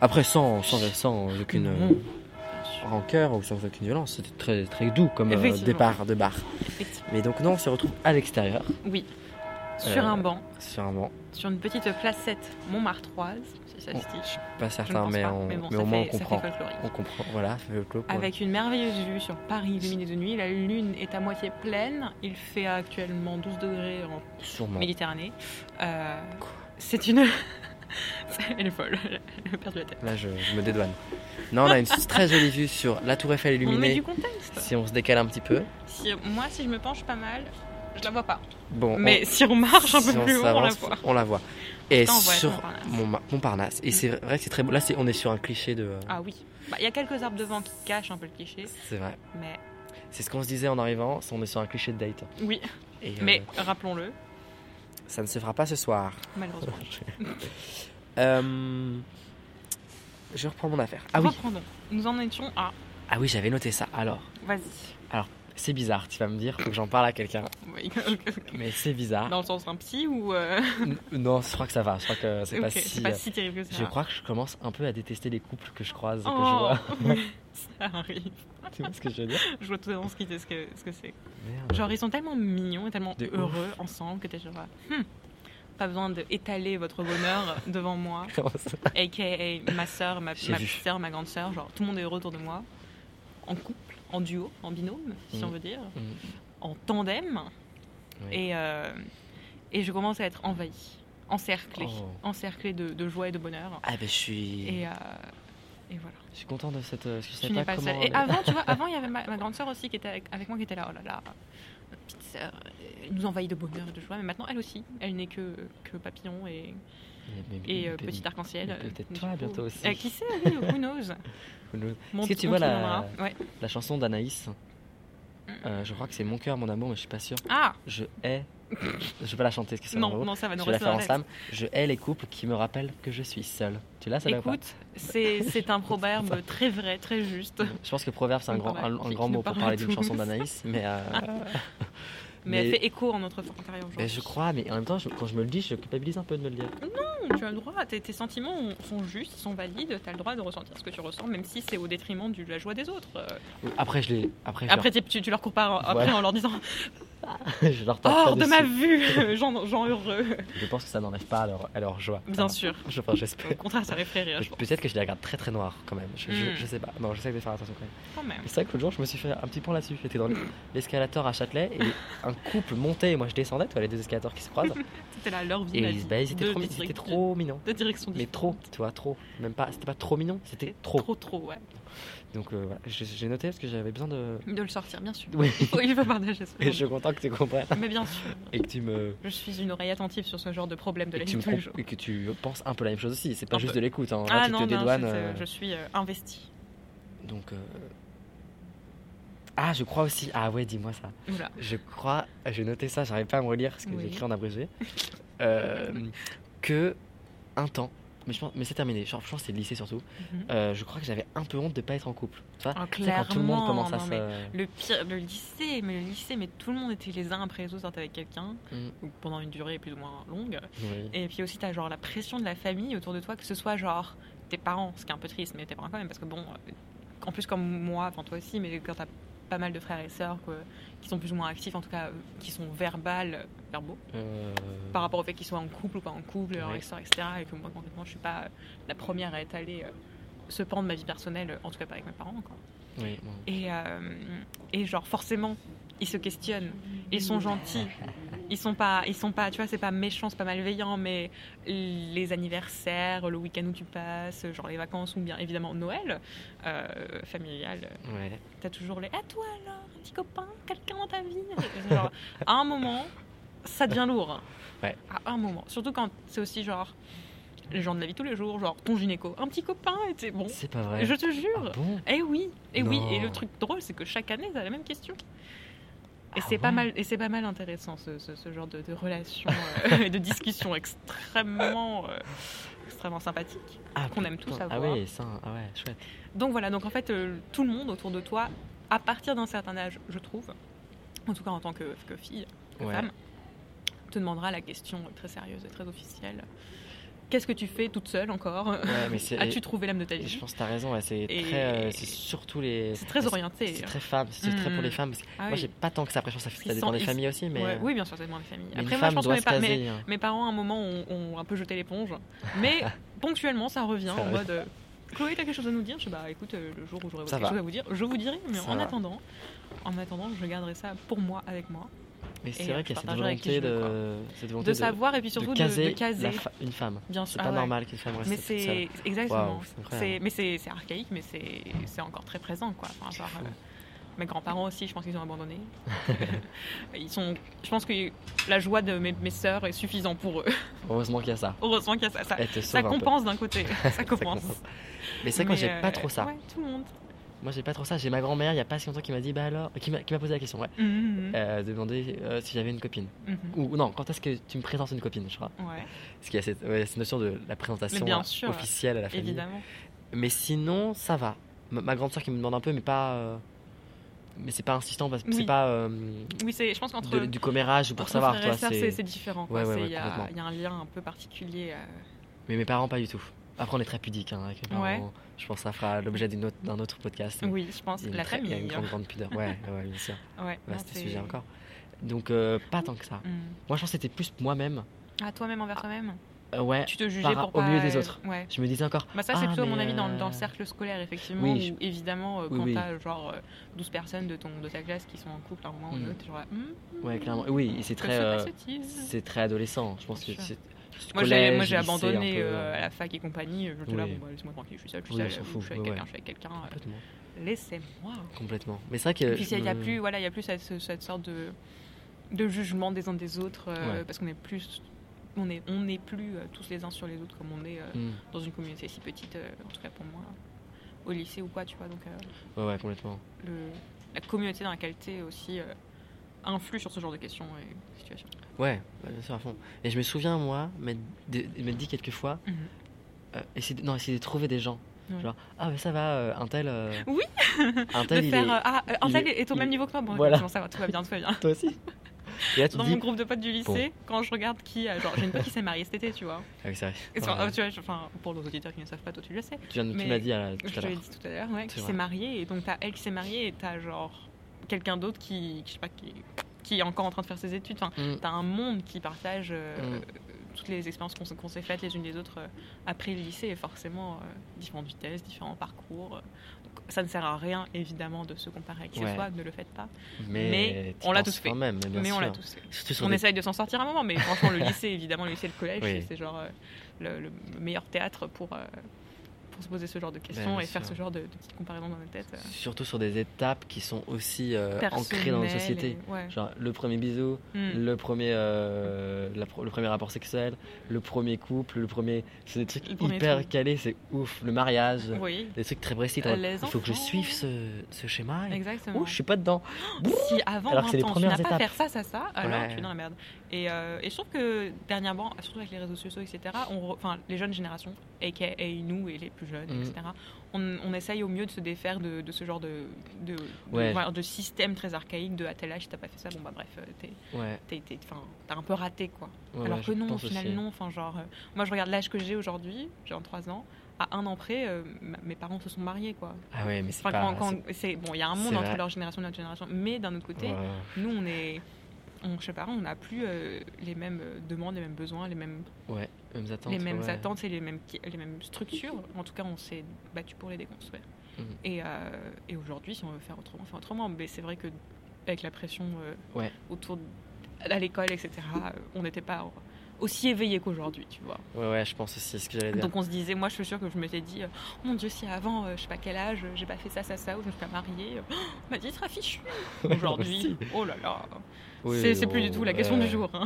Après, sans, sans, sans aucune. euh, Bien sûr. rancœur ou sans aucune violence. C'était très, très doux comme euh, Effectivement. départ de bar. Effectivement. Mais donc, non, on se retrouve à l'extérieur, Oui. Euh, Sur un banc, sur un banc. sur une petite placette montmartroise, si ça se dit. Pas Je ne certain, pense Oh, mais, pas, on- mais bon, mais ça au moins fait- on ça fait comprend. folklorique. On comprend, voilà, ça fait le clos. quoi. Avec une merveilleuse vue sur Paris illuminée de nuit, la lune est à moitié pleine, il fait actuellement 12 degrés en Sûrement. Méditerranée. Euh, c'est une... Elle est folle, elle a perdu la tête. Là, je, je me dédouane. Non, on a une très jolie vue sur la Tour Eiffel On met illuminée. du contexte. Si on se décale un petit peu. Si- moi, si je me penche pas mal, je la vois pas. Bon, Mais on- si on marche un si peu on plus haut, on la s'avance, voit. on la voit. Et Putain, on voit sur Montparnasse. Montma- Montparnasse. Et c'est vrai que c'est très beau. Là, c'est- on est sur un cliché de. euh, Ah oui. Bah, Il y a quelques arbres devant qui cachent un peu le cliché, C'est vrai. mais C'est ce qu'on se disait en arrivant. c'est- On est sur un cliché de date. oui. Et, euh, Mais rappelons-le, ça ne se fera pas ce soir. malheureusement. Euh, Je reprends mon affaire. Ah oui. Reprenons. Nous en étions à. Ah oui, j'avais noté ça. Alors, Vas-y. c'est bizarre. Tu vas me dire faut que j'en parle à quelqu'un. Oui, ok. Mais c'est bizarre. Dans le sens d'un psy ou. euh, N- Non, je crois que ça va. Je crois que c'est pas ok, si. euh, terrible que ça. Je crois que je commence un peu à détester les couples que je croise, que je Oh, vois. ça arrive. Tu vois ce que je veux dire Je vois tout à l'heure ce qui- ce que ce que c'est. Merde. Genre, ils sont tellement mignons et tellement De ouf. heureux ensemble que t'es genre. Hum, pas besoin d'étaler votre bonheur devant moi. Comment ça aka ma soeur, ma, J'ai ma vu. petite soeur, ma grande soeur, genre tout le monde est heureux autour de moi, en couple, en duo, en binôme, si Mm. on veut dire, Mm. en tandem, Oui. et, euh, et je commence à être envahie, encerclée, Oh. encerclée de, de joie et de bonheur, Ah ben je suis. et, euh, et voilà. Je suis content de cette. euh, Je Je sais n'ai pas, pas comment. seule. Et ah, avant, tu vois, avant il y avait ma, ma grande soeur aussi qui était avec, avec moi, qui était là, oh là là, notre petite soeur, elle nous envahit de bonheur et de joie, mais maintenant elle aussi, elle n'est que, que papillon et, Mais- et euh, mais- petit arc-en-ciel. mais euh, peut-être du toi coup. bientôt aussi. Euh, qui sait, oui, who knows Who knows Mon- Est-ce que tu on vois se la- demandera. Ouais. La chanson d'Anaïs. Mm. euh, je crois que c'est Mon cœur, mon amour, mais je suis pas sûr. Ah Je hais. je vais pas la chanter, parce que c'est non, non, ça va Je nous vais la rester faire dans en slam. la tête. Je hais les couples qui me rappellent que je suis seul. Tu l'as, ça ou pas Écoute, c'est c'est un proverbe très vrai, très juste. Je pense que proverbe c'est un Une grand, un, proverbe un qui- grand qui mot nous pour parle à parler d'une tous. chanson d'Anaïs, mais, euh, Mais, elle mais- fait écho en notre carrière aujourd'hui. mais Ben, je crois, mais en même temps, je- quand je me le dis, je culpabilise un peu de me le dire. Non, tu as le droit, tes, tes sentiments ont- sont justes, sont valides, tu as le droit de ressentir ce que tu ressens, même si c'est au détriment de la joie des autres. Euh, Après, je les, après, je Après, t'es- tu, tu leur cours pas en- après Voilà. en leur disant leur, je leur tape pas Hors de ma dessus. vue, gens, gens heureux. Je pense que ça n'enlève pas à leur, à leur joie. Bien Enfin, sûr. Je enfin, j'espère. Au contraire, ça les ferait rire, je Pe- pense. Peut-être que je les regarde très très noirs quand même. Je, je- Mm. je sais pas. Non, j'essaie de faire attention quand même. Quand même. Mais C'est vrai que l'autre jour, je me suis fait un petit pont là-dessus. J'étais dans le- Hmm. l'escalator à Châtelet et un couple montait et moi je descendais. Tu vois, les deux escalators qui se croisent. C'était la leur vie. Et ma ils, vie. bah, ils étaient Deux trop, mi- ils districts- étaient trop mignons. Deux directions Mais différentes. trop, tu vois, trop. Même pas, c'était pas trop mignon, c'était trop. Trop, trop, ouais. Donc euh, voilà, Je- j'ai noté parce que j'avais besoin de. De le sortir, bien sûr. Oui, Il faut, il faut partager ça. et je suis content que tu comprennes. Mais bien sûr. Et que tu me. Je suis une oreille attentive sur ce genre de problème de Et la que, tu vie me de tous les comp- jours. et que tu penses un peu la même chose aussi, c'est pas Un juste peu. de l'écoute. Hein. Là, Ah tu non, te non, dédouanes. je, euh, je suis euh, investie. Donc. euh, Ah, je crois aussi. Ah ouais, dis-moi ça. Oula. Je crois, j'ai noté ça, j'arrive pas à me relire ce que Oui. j'ai écrit en abrégé, euh, que un temps, mais je pense, mais c'est terminé. Genre, je pense que c'est le lycée surtout. Mhm. euh, je crois que j'avais un peu honte de pas être en couple. Tu vois, Ah, Tu sais, quand tout le monde clairement, commence à non, se. Le pire, le lycée, mais le lycée, mais tout le monde était les uns après les autres sortait avec quelqu'un Mm. ou pendant une durée plus ou moins longue. Oui. Et puis aussi, t'as genre la pression de la famille autour de toi, que ce soit genre tes parents, ce qui est un peu triste, mais tes parents quand même, parce que bon, euh, en plus comme moi, enfin toi aussi, mais quand t'as pas mal de frères et sœurs quoi, qui sont plus ou moins actifs, en tout cas euh, qui sont verbales, verbaux, Euh, par rapport au fait qu'ils soient en couple ou pas en couple, leur Ouais. histoire, etc. Et que moi, concrètement, je suis pas euh, la première à étaler euh, ce pan de ma vie personnelle, euh, en tout cas pas avec mes parents. Quoi. oui, bon. Et, euh, et genre, forcément, ils se questionnent, ils sont gentils. Ils sont pas, ils sont pas, tu vois, c'est pas méchant, c'est pas malveillant, mais les anniversaires, le week-end où tu passes, genre les vacances ou bien évidemment Noël euh, familial, Ouais. T'as toujours les à toi alors, un petit copain, quelqu'un dans ta vie. Et genre, à un moment, ça devient lourd. Ouais. À un moment. Surtout quand c'est aussi genre les gens de la vie tous les jours, genre ton gynéco, un petit copain, et t'es bon. C'est pas vrai. Je te Ah jure. bon Eh oui, eh oui. Non. Et le truc drôle, c'est que chaque année, t'as la même question. Et Ah c'est pas ouais mal, et c'est pas mal intéressant ce, ce- ce genre de, de relation, euh, et de discussion extrêmement, euh, extrêmement sympathique. Ah, qu'on aime tous putain. Ah avoir. oui, ça, ah ouais, chouette. Donc voilà, donc en fait, euh, tout le monde autour de toi, à partir d'un certain âge, je trouve, en tout cas en tant que, que fille, que Ouais. femme, te demandera la question très sérieuse et très officielle Qu'est-ce que tu fais toute seule encore Ouais, mais c'est- As-tu trouvé l'âme de ta Et Je vie pense que t'as raison, ouais, c'est Et- très, euh, c'est surtout les. C'est très c'est- orienté. hein. C'est très femme, c'est très pour les Mm. femmes. parce que Ah moi, oui. j'ai pas tant que ça. Après, je pense que ça, fait- Ils ça dépend sont- des ils- familles aussi, mais. Ouais, euh, oui, bien sûr, c'est moins les familles. mais Après, une moi, femme je pense que doit mes, se pa- caser. mes- hein. mes parents, à un moment, ont, ont un peu jeté l'éponge. Mais ponctuellement, ça revient Ça en va. mode euh, Chloé, t'as quelque chose à nous dire Je dis, Bah écoute, euh, le jour où j'aurai Ça quelque va. chose à vous dire, je vous dirai. Mais Ça en va. attendant, en attendant, je garderai ça pour moi, avec moi. Mais c'est et, euh, vrai qu'il y a je cette partagerai avec qui volonté je veux, de. Cette volonté De savoir et puis surtout de de caser, la fa- une femme. bien sûr. C'est pas Ah ouais. normal qu'une femme reste Mais toute seule. c'est exactement. Waouh, c'est incroyable. c'est mais c'est c'est archaïque, mais c'est c'est encore très présent quoi. Enfin, genre, euh, mes grands-parents aussi, je pense qu'ils ont abandonné. Ils sont, je pense que la joie de mes, mes sœurs est suffisante pour eux. Heureusement qu'il y a ça. Heureusement qu'il y a ça. Ça, Elle te Ah, ça sauve un peu. compense d'un côté. Ça compense. compense. Mais c'est vrai que moi, Mais, j'ai euh, pas trop ça. Ouais, tout le monde. Moi, j'ai pas trop ça. J'ai ma grand-mère, il y a pas si longtemps, qui m'a dit, bah alors. Qui m'a qui m'a posé la question, ouais. Mhm, Euh, Demander euh, si j'avais une copine. mhm, Ou non, quand est-ce que tu me présentes une copine, je crois. mhm. Ouais, Parce qu'il y a cette, ouais, cette notion de la présentation Mais bien euh, sûr, officielle à la famille. évidemment. Mais sinon, ça va. Ma, ma grande soeur qui me demande un peu, mais pas. euh, mais c'est pas insistant, parce que Oui. c'est pas euh, Oui, c'est. Je pense qu'entre de- du commérage ou pour entre savoir. frères et Toi, sœurs, c'est- c'est c'est différent. quoi. Ouais, ouais, C'est- ouais, Il y, a, complètement. il y a un lien un peu particulier. euh, Mais mes parents, pas du tout. Après, on est très pudique avec mes parents. Ouais. Je pense que ça fera l'objet d'une autre- d'un autre podcast. Oui, je pense. Il y a une La très- Il y a une famille. hein. grande, grande pudeur. Ouais, ouais, ouais, bien sûr. Ouais, non, Vaste c'est- sujet encore. Donc, euh, pas tant que ça. Mhm. Moi, je pense que c'était plus moi-même. Ah, toi-même envers toi-même Euh, ouais. Tu te jugeais Par- pour au pas, milieu des euh, autres. Ouais. Je me disais encore. Bah ça, c'est Ah, plutôt, à mais, mon avis, dans, euh, dans le cercle scolaire, effectivement. oui, je- où, évidemment, euh, Oui, quand oui. t'as genre euh, 12 personnes de, ton, de ta classe qui sont en couple à un moment ou Mm. un autre, genre, Hum, Ouais, clairement. Oui, et c'est que très. mmh, se euh, passe-t-il c'est très adolescent. Je pense que Bien sûr. c'est. Moi, j'ai, moi, collège, j'ai lycée, un abandonné peu, euh, à la fac et compagnie. Je te là, Oui. bon, bah, laisse-moi tranquille, je suis seule, je suis Oui, on seule, s'en ou fout, je suis avec ouais, Euh, quelqu'un, ouais. je suis avec quelqu'un. euh, Complètement. laissez-moi. Complètement. Mais c'est vrai que. Et puis, il n'y a, je me- plus, voilà, il y a plus cette, cette sorte de, de jugement des uns des autres, euh, Ouais. parce qu'on est plus... On n'est on n'est plus euh, tous les uns sur les autres comme on est euh, Hmm. dans une communauté si petite, euh, en tout cas pour moi, au lycée ou quoi, tu vois. Donc, euh, Ouais, ouais, complètement. le- la communauté dans laquelle t'es aussi euh, influe sur ce genre de questions et situations. Ouais, bah, bien sûr, à fond. Et je me souviens, moi, m'être de- m'être dit quelques fois, Mhm. euh, essayer, de, non, essayer de trouver des gens. Ouais. Genre, ah, mais ça va, euh, un tel. euh, Oui Un De tel, il faire est. euh, ah euh, un il tel est- est au même il- niveau que toi, bon Voilà. effectivement, ça va, tout va bien, tout va bien. Toi aussi Et là, tu te Dans dis. mon groupe de potes du lycée, quand je regarde qui, a- genre j'ai une pote qui s'est mariée cet été, tu vois. Ah, oui, c'est vrai. Et sur- Ouais. tu vois, je- enfin pour nos auditeurs qui ne savent pas, toi tu le sais. Tu viens de- tu mais m'as dit euh, Je tout te à l'ai l'heure. dit tout à l'heure, ouais, C'est qui vrai. s'est mariée et donc t'as elle qui s'est mariée et t'as genre quelqu'un d'autre qui, qui, je sais pas, qui, qui est encore en train de faire ses études. Enfin, Mm. T'as un monde qui partage euh, Mm. euh, toutes les expériences qu'on s- qu'on s'est faites les unes des autres euh, après le lycée, et forcément euh, différentes vitesses, différents parcours. euh. Donc, ça ne sert à rien, évidemment, de se comparer avec Ouais. ses soi, ne le faites pas. Mais, mais t'y on l'a penses tous fait. Quand même, mais bien mais on sûr. l'a tous fait. Surtout sur On des- essaye de s'en sortir un moment, mais franchement, le lycée, évidemment, le lycée et le collège, Oui. c'est- c'est genre euh, le, le meilleur théâtre pour, euh, pour se poser ce genre de questions bien et faire sûr. ce genre de, de petites comparaisons dans nos têtes. euh, Surtout sur des étapes qui sont aussi euh, ancrées dans nos personnelles sociétés. et- ouais. Genre le premier bisou, Mm. le premier, euh, la pro- le premier rapport sexuel, le premier couple, le premier. C'est des trucs Le premier hyper truc. calés, c'est ouf. Le mariage, Oui, des trucs très précis. t'es en Euh, mode, les Il faut que je enfants. suive ce, ce schéma. et- exactement. Oh, je suis pas dedans. si avant Alors que 20 c'est les ans, tu premières n'as pas étapes. faire ça, ça, ça, alors Ouais. tu es dans la merde. Et, euh, et je trouve que dernièrement, surtout avec les réseaux sociaux, etc., on re- enfin, les jeunes générations, aka nous et les plus jeunes, Mm. etc., on, on essaye au mieux de se défaire de, de ce genre de, de, de- Ouais. voilà, de système très archaïque de à tel âge, si t'as pas fait ça, bon bah bref, euh, t'es- Ouais, t'es- t'es- enfin, t'as un peu raté quoi. ouais, Alors ouais, que je non, au pense final, aussi. non. Enfin, genre, euh, moi, je regarde l'âge que j'ai aujourd'hui, j'ai en 3 ans. À un an près, euh, ma- mes parents se sont mariés, quoi. Ah ouais, mais c'est Enfin, pas. quand- quand- c'est bon, il y a un monde c'est entre vrai. leur génération et notre génération, mais d'un autre c'est- côté, ouais, ouais. nous, on est, on, je sais pas, on n'a plus euh, les mêmes euh, demandes, les mêmes besoins, les mêmes, Ouais, mêmes attentes. les mêmes ouais. attentes et les mêmes, qui- les mêmes structures. En tout cas, on s'est battu pour les déconstruire. Mhm. Et, euh, et aujourd'hui, si on veut faire autrement, on fait autrement. Mais c'est vrai que avec la pression euh, Ouais. autour de- à l'école, etc., euh, on n'était pas aussi éveillé qu'aujourd'hui, tu vois. Ouais, ouais, je pense aussi c'est ce que j'allais dire. Donc on se disait, moi je suis sûre que je m'étais dit, euh, Oh mon dieu, si avant, euh, je sais pas quel âge, euh, j'ai pas fait ça, ça, ça, ou je me suis pas mariée, euh, oh, ma vie sera fichue Ouais, aujourd'hui. aussi. oh là là, Oui, c'est c'est plus du on- tout la question ouais. du jour. hein.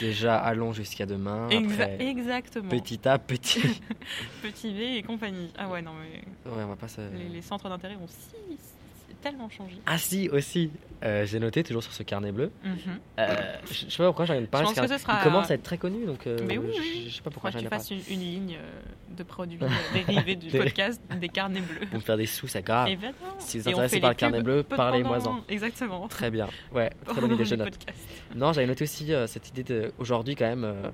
Déjà, allons jusqu'à demain. Exa- après, exactement. petit à petit. Petit V et compagnie. Ah ouais, non mais ouais, on va pas se. les, les centres d'intérêt ont si, si- tellement changé. Ah si, aussi, euh, j'ai noté toujours sur ce carnet bleu. Mhm. euh, je je sais pas pourquoi j'en ai Je parlé. pense parce que ce qu'il sera- commence à être très connu, donc. euh, Mais oui, je- oui. Je sais pas pourquoi Faudrait j'en que ai tu pas. fasses une, une ligne euh, de produits euh, dérivés du Des- podcast des carnets bleus. Pour me faire des sous, ça grave. Et Évidemment. Si vous Et êtes on intéressé fait par les le carnet pubs bleu, peu parlez-moi-en. pendant. Exactement. Très bien. Ouais, très bonne Pendant idée, je le note. podcast. Non, j'avais noté aussi euh, cette idée de- aujourd'hui quand même euh,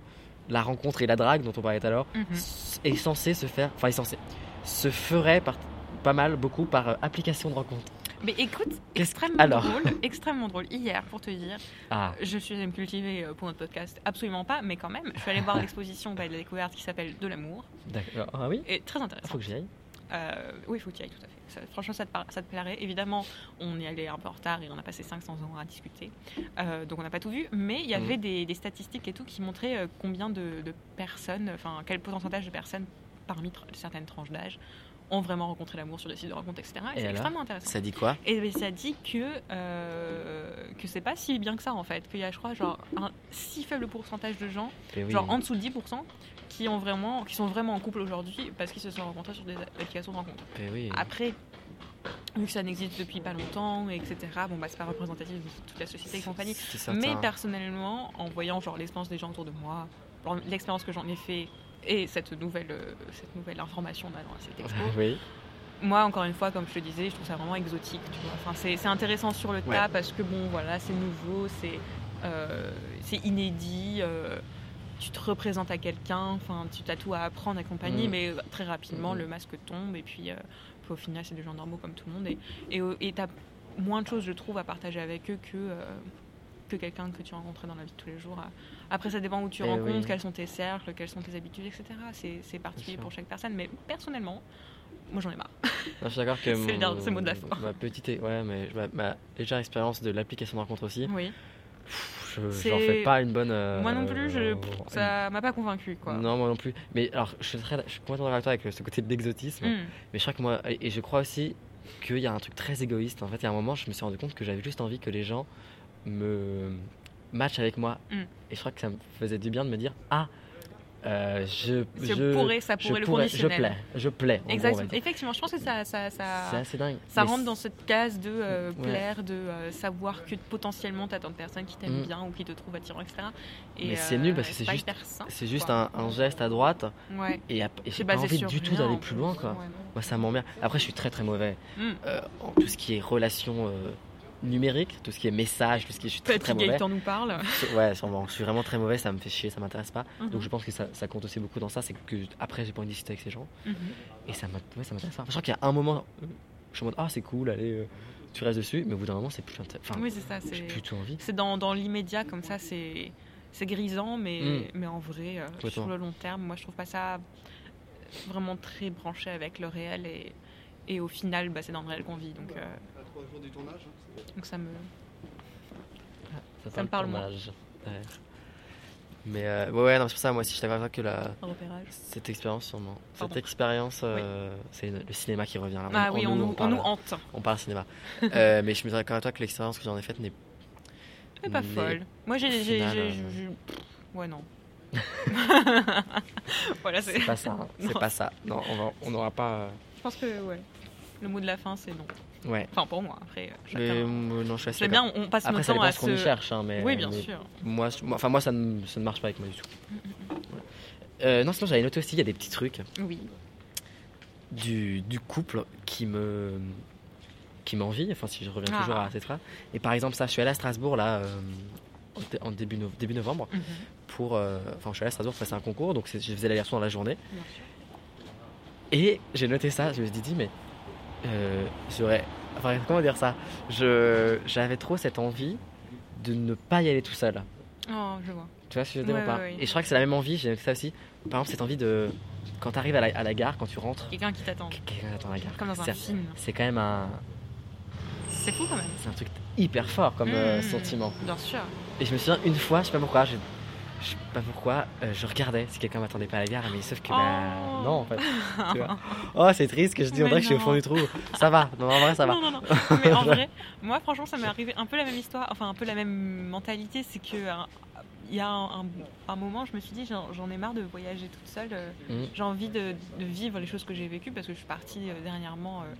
la rencontre et la drague dont on parlait tout à l'heure Mhm. s- est censée se faire, enfin est censée, se ferait par, pas mal, beaucoup par euh, application de rencontre. Mais écoute, Qu'est-ce- extrêmement alors drôle, extrêmement drôle. Hier, pour te dire, Ah, je suis allée me cultiver euh, pour notre podcast, absolument pas, mais quand même, je suis allée voir l'exposition bah, de la découverte qui s'appelle De l'amour, d'accord. Ah oui et très intéressant. Faut que j'y aille. Euh, oui, il faut que tu y ailles, tout à fait. Ça- franchement, ça te, par- ça te plairait. Évidemment, on y allait un peu en retard et on a passé 500 ans à discuter. Euh, donc, on n'a pas tout vu. Mais il y avait des, des statistiques et tout qui montraient euh, combien de, de personnes, enfin, quel pourcentage de personnes parmi tr- certaines tranches d'âge ont vraiment rencontré l'amour sur des sites de rencontres, etc. Et, Et c'est alors extrêmement intéressant. dit quoi Et ben, ça dit que, euh, que c'est pas si bien que ça, en fait. Qu'il y a, je crois, genre, un si faible pourcentage de gens Eh genre en dessous de 10% qui, ont vraiment, qui sont vraiment en couple aujourd'hui parce qu'ils se sont rencontrés sur des applications de rencontres. Eh Après, vu que ça n'existe depuis pas longtemps, etc., bon, bah, c'est pas représentatif de toute la société et compagnie. Mais personnellement, en voyant genre l'expérience des gens autour de moi, genre, l'expérience que j'en ai fait et cette nouvelle, euh, cette nouvelle information là, dans cette expo, Oui. moi, encore une fois, comme je te disais, je trouve ça vraiment exotique. Tu vois. Enfin, c'est, c'est intéressant sur le tas parce que bon, voilà, c'est nouveau, c'est, euh, c'est inédit. euh, tu te représentes à quelqu'un, enfin, tu as tout à apprendre à compagnie, Mm. mais euh, très rapidement Mm. le masque tombe et puis, euh, puis au final, c'est des gens normaux comme tout le monde et et euh, et t'as moins de choses, je trouve, à partager avec eux que euh, que quelqu'un que tu rencontres dans la vie de tous les jours. Après, ça dépend où tu Eh rencontres, oui. quels sont tes cercles, quelles sont tes habitudes, etc. C'est, c'est particulier sûr. pour chaque personne, mais personnellement, moi j'en ai marre. Non, Bah, je suis d'accord que C'est le dernier- c'est le mot de la fin. Ma petite, é- ouais, mais ma, ma légère expérience de l'application de rencontre aussi, Oui. pff, je j'en C'est- fais pas une bonne. euh, Moi non plus, je... euh, ça m'a pas convaincu quoi. Non, moi non plus. Mais alors, je suis, très, je suis complètement d'accord avec toi avec euh, ce côté de l'exotisme. Mm. Mais je crois que moi, et et je crois aussi qu'il y a un truc très égoïste. En fait, il y a un moment, je me suis rendu compte que j'avais juste envie que les gens me matchent avec moi. Mm. Et je crois que ça me faisait du bien de me dire Ah, euh, je, Je, je- pourrais, ça je pourrait le pourrais- je conditionnel. plais, je plais. en gros, on va Exactement. dire. Effectivement, je pense que ça, ça, C'est ça, assez dingue. ça Mais rentre dans cette case de euh, Ouais. plaire, de euh, savoir que potentiellement t'as tant de personnes qui t'aiment Mm. bien ou qui te trouvent attirant, etc. Et, euh, Mais c'est nul parce que c'est pas juste- hyper sain, C'est juste quoi. un, un geste à droite Ouais. et, ap- et j'ai C'est pas basé envie sur du tout rien, d'aller en plus loin quoi. Ouais, non. Moi ça m'emmerde. Après je suis très très mauvais Mm. euh, en tout ce qui est relations euh, numériques, tout ce qui est messages, tout ce qui est je suis très très Petit mauvais. Gaëtan nous parle. Ouais, sûrement. Je suis vraiment très mauvais, ça me fait chier, ça m'intéresse pas. Mhm. Donc je pense que ça, ça compte aussi beaucoup dans ça, c'est que après j'ai pas envie de discuter avec ces gens Mhm. et ça m'int- ouais, ça m'intéresse pas. Je crois qu'il y a un moment, euh, je suis en mode ah c'est cool, allez, euh, tu restes dessus, mais au bout d'un moment c'est plus intéressant. Enfin, Oui, c'est ça. j'ai C'est, plus du tout envie. c'est dans, dans l'immédiat comme ça, c'est, c'est grisant, mais, Mm. mais en vrai, euh, Complètement. sur le long terme, moi je trouve pas ça vraiment très branché avec le réel et, et au final, bah, c'est dans le réel qu'on vit. Donc, euh, À trois jours du tournage, hein, c'est- donc ça me. parle me parle ton moins. âge. Ouais. Mais euh, ouais, ouais, non, c'est pour ça, moi aussi je t'accorde que la, un repérage. Cette expérience, sûrement. Pardon. Cette expérience, euh, c'est une- le cinéma qui revient là. Ah oui, on, nous, on parle, nous hante. on parle cinéma. Euh, mais je me dis quand même toi que l'expérience que j'en ai faite n'est C'est pas Mais folle. Moi j'ai. au j'ai- final, j'ai- euh, j'ai- pff, Ouais, non. voilà, c'est. c'est pas ça. hein. C'est Non. pas ça. Non, on va- on n'aura pas. euh, Je pense que, ouais. Le mot de la fin, c'est non. Ouais. Enfin, pour moi, après, euh, Mais, chacun. euh, non, je suis assez J'aime d'accord. bien, on passe Après, notre ça temps dépend à ce qu'on y se. cherche. hein, mais, oui, bien mais sûr. Mm, Moi, je- moi- enfin, moi ça, ne, ça ne marche pas avec moi du tout. Voilà. Euh, non, sinon j'avais noté aussi, il y a des petits trucs Oui. du, du couple qui me qui m'envie, enfin si je reviens toujours Ah. à cette phrase. Et par exemple ça, je suis allé à Strasbourg là euh, en dé- en début, no- début novembre Mhm. pour. euh, Enfin, je suis allé à Strasbourg passer un concours, donc c'est- je faisais l'aller-retour dans la journée. Bien sûr. Et j'ai noté ça, je me suis dit, mais. Euh, j'aurais. Enfin, comment dire ça Je J'avais trop cette envie de ne pas y aller tout seul. Oh, je vois. Tu vois ce que je veux dire Ouais, ou pas ouais, ouais. Et je crois que c'est la même envie, j'ai noté ça aussi. Par exemple, cette envie de. Quand t'arrives à la, à la gare, quand tu rentres. Quelqu'un qui t'attend. Quelqu'un attend à la gare. Comme dans un C'est- film. C'est quand même un, C'est fou quand même. c'est un truc hyper fort comme euh, Mmh. sentiment. Bien sûr. Et je me souviens une fois, je sais pas pourquoi, je, je sais pas pourquoi, euh, je regardais si quelqu'un m'attendait pas à la gare, mais sauf que bah Oh. non en fait. tu vois. Oh c'est triste que je dis, on Mais dirait que je suis au fond non. du trou. Ça va, non en vrai ça va. Non, non, non. Mais en vrai, moi, franchement, ça m'est arrivé un peu la même histoire, enfin, un peu la même mentalité. C'est que euh, il y a un, un- un moment, je me suis dit, j'en j'en ai marre de voyager toute seule. euh, Mhm. J'ai envie de, de vivre les choses que j'ai vécues parce que je suis partie euh, dernièrement, euh,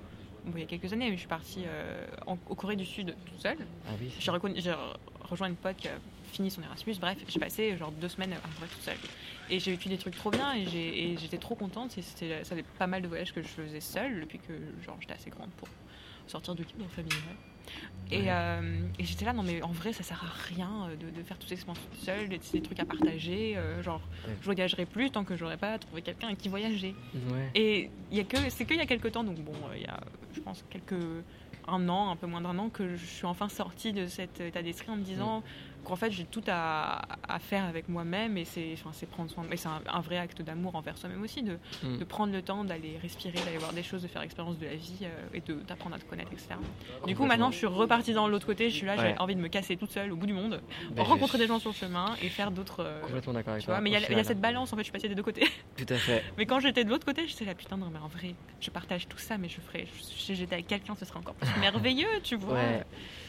bon, il y a quelques années, mais je suis partie euh, en, au Corée du Sud toute seule. Ah oui, J'ai recon- j'ai re- rejoint une pote qui a fini son Erasmus. Bref, j'ai passé genre deux semaines à vrai toute seule. Et j'ai vécu des trucs trop bien et j'ai- et j'étais trop contente. Et c'était- ça fait pas mal de voyages que je faisais seule depuis que genre j'étais assez grande pour sortir du cadre familial. Et, euh, et j'étais là, non mais en vrai, ça sert à rien euh, de, de faire toutes ces expériences toute seule, des, des trucs à partager. euh, genre, Ouais. je voyagerai plus tant que j'aurai pas trouvé quelqu'un avec qui voyager. Ouais. Et il y a que, c'est qu'il y a quelques temps, donc bon, euh, il y a, je pense, quelques, un an, un peu moins d'un an, que je suis enfin sortie de cet état d'esprit en me disant Mm. qu'en fait, j'ai tout à, à faire avec moi-même et c'est, enfin, c'est prendre soin de, mais c'est un, un vrai acte d'amour envers soi-même aussi, de, Mm. de prendre le temps d'aller respirer, d'aller voir des choses, de faire l'expérience de la vie euh, et de, d'apprendre à te connaître, etc. Du coup, maintenant, je suis repartie dans l'autre côté. Je suis là, Ouais. j'ai envie de me casser toute seule au bout du monde, Ben, je- rencontrer des gens sur le chemin et faire d'autres. euh, je suis Complètement d'accord avec tu vois, toi. mais il y a- Au il y, a final, cette balance en fait, je suis passée des deux côtés. Tout à fait. mais quand j'étais de l'autre côté, j'étais là, putain, non, mais en vrai, je partage tout ça, mais je ferais. je- Si j'étais avec quelqu'un, ce serait encore plus merveilleux, tu vois. Ouais.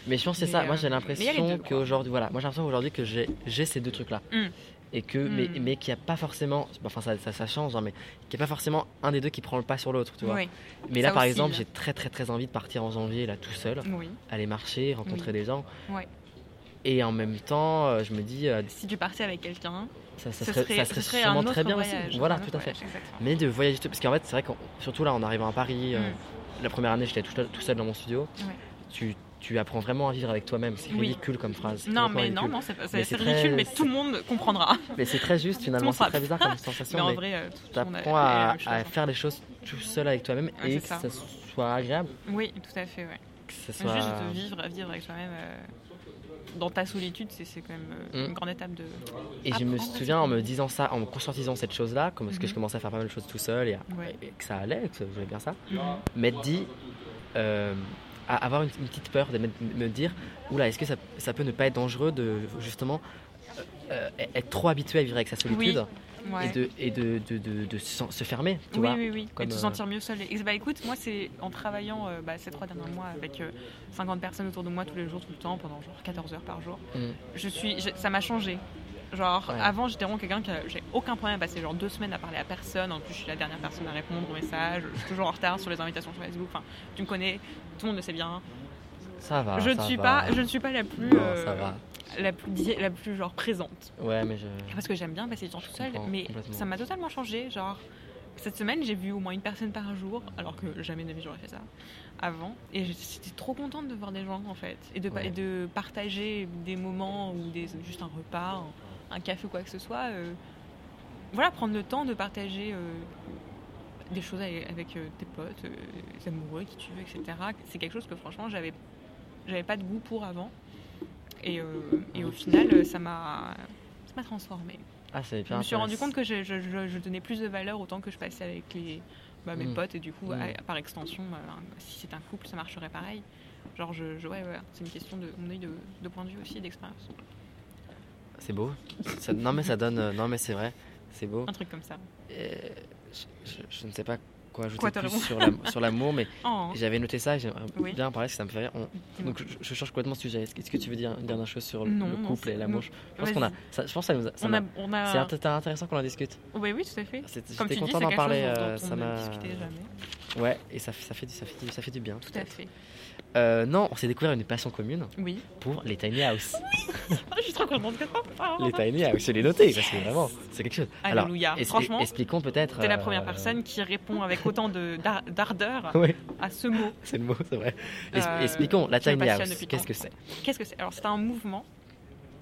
Mais je pense que c'est Mais, ça. Moi, euh, j'ai mais il y a les l'impression deux, quoi. qu'aujourd'hui, voilà, moi, j'ai l'impression aujourd'hui que j'ai j'ai ces deux trucs-là. Mm. Et que, mais, Mm. mais qu'il n'y a pas forcément, enfin, ça, ça, ça change, hein, mais qu'il n'y a pas forcément un des deux qui prend le pas sur l'autre, tu vois. Oui, Mais là, Ça par aussi, exemple, là. j'ai très, très, très envie de partir en janvier, là, tout seul, oui. aller marcher, rencontrer des gens. Ouais. Et en même temps, euh, je me dis, euh, Si tu partais avec quelqu'un, ça, ça ce serait, ça ce serait un sûrement autre très bien voyage, aussi. Voilà, un autre tout à fait. voyage, exactement. Mais de voyager tout, parce qu'en fait, c'est vrai que surtout là, en arrivant à Paris, euh, la première année, j'étais tout, seul- tout seul dans mon studio. Mm. Ouais. Tu, tu apprends vraiment à vivre avec toi-même. C'est Oui. ridicule comme phrase. c'est Non, complètement mais non, ridicule. non, c'est pas- Mais c'est c'est c'est très- ridicule, mais tout le monde comprendra. Mais c'est très juste finalement, Tout le c'est monde très bizarre comme Mais sensation. en Mais, vrai, euh, tout le monde a- t'apprends a la à, même chose, à hein. faire les choses tout seul avec toi-même Ouais, et c'est que ça. ça. soit agréable, Oui, tout à fait, ouais. que ça Juste soit. de vivre, vivre avec soi-même euh, dans ta solitude, c'est c'est quand même euh, Mm. une grande étape de. Et je me apprendre à souviens en me s'écouter. disant ça, en me conscientisant cette chose-là, comme parce que Mhm. je commençais à faire pas mal de choses tout seul et, à- Ouais. et que ça allait, que j'aimais bien ça, Mhm. m'être dit, euh, à avoir une, une petite peur, de m'être- me dire, oula, est-ce que ça, ça peut ne pas être dangereux de justement euh, euh, être trop habitué à vivre avec sa solitude Ouais. et de, et de, de- de- de se se fermer, tu oui, vois. oui, oui, comme, et de euh, se sentir mieux seul. Et, bah écoute, moi c'est en travaillant euh, bah, ces trois derniers mois avec euh, 50 personnes autour de moi tous les jours, tout le temps, pendant genre 14 heures par jour, Mm. je suis, je- ça m'a changé. Genre Ouais. avant j'étais vraiment quelqu'un qui a- j'ai aucun problème à passer genre deux semaines à parler à personne, en plus je suis la dernière personne à répondre aux messages, je suis toujours en retard sur les invitations sur Facebook, enfin tu me connais, tout le monde le sait bien. Ça va. je ne Ah, ça suis va. pas, je ne suis pas la plus, Non, euh, ça va. la plus, di- la plus genre présente. Ouais, mais je. Parce que j'aime bien passer du temps tout seul, comprends mais complètement. ça m'a totalement changé. Genre, cette semaine, j'ai vu au moins une personne par jour, alors que jamais de ma vie j'aurais fait ça avant. Et j'étais trop contente de voir des gens, en fait, et de, pa- Ouais. et de partager des moments ou des, juste un repas, un, un café ou quoi que ce soit. euh, voilà, prendre le temps de partager euh, des choses avec, avec, euh, tes potes, euh, tes amoureux, qui tu veux, etc. C'est quelque chose que franchement, j'avais, j'avais pas de goût pour avant. Et, euh, et au final, euh, ça m'a, ça m'a transformée. Ah, c'est Je bien me suis rendu intéressant. compte que je, je- je- je donnais plus de valeur autant que je passais avec les, bah, mes Mm. potes et du coup, Mm. à- par extension, bah, un- si c'est un couple, ça marcherait pareil. Genre, je, je- ouais, ouais, c'est une question de, à mon avis, de, de point de vue aussi, d'expérience. C'est beau. Ça- non, mais ça donne. euh, Non, mais c'est vrai. C'est beau. Un truc comme ça. Et je, je- je ne sais pas quoi ajouter Quoi, t'as plus raison. sur l'am- sur l'amour, mais Oh, j'avais noté ça et j'aimerais Oui. bien en parler parce que ça me fait rire. On- dis-moi. donc je, je change complètement de sujet. Est-ce que, est-ce que tu veux dire une dernière chose sur le, Non, le non, couple c'est- et l'amour non. Je pense qu'on a. Vas-y. Ça, je pense que ça nous. a- ça on m'a- a, on a- C'est inté- intéressant qu'on en discute. Ouais, oui, tout à fait. C'est- Comme J'étais tu dis, content c'est d'en quelque parler. chose euh, dont ça on ne m'a. discutait jamais. Ouais, et ça, fait- ça fait du, ça fait du, ça fait du bien. Tout à fait. Euh, non, on s'est découvert une passion commune Oui. pour les tiny house. Ah, je suis trop contente que ça. les tiny house, je l'ai noté parce que vraiment, c'est quelque chose. Alors, Alléluia. es- Ah, Franchement, expliquons peut-être. t'es la euh, première personne qui répond avec autant de- d'ar- d'ardeur Oui. à ce mot. C'est le mot, c'est vrai. Es- Euh, Expliquons la je me tiny passionne house. depuis Qu'est-ce tant. que c'est Qu'est-ce que c'est Alors, c'est un mouvement,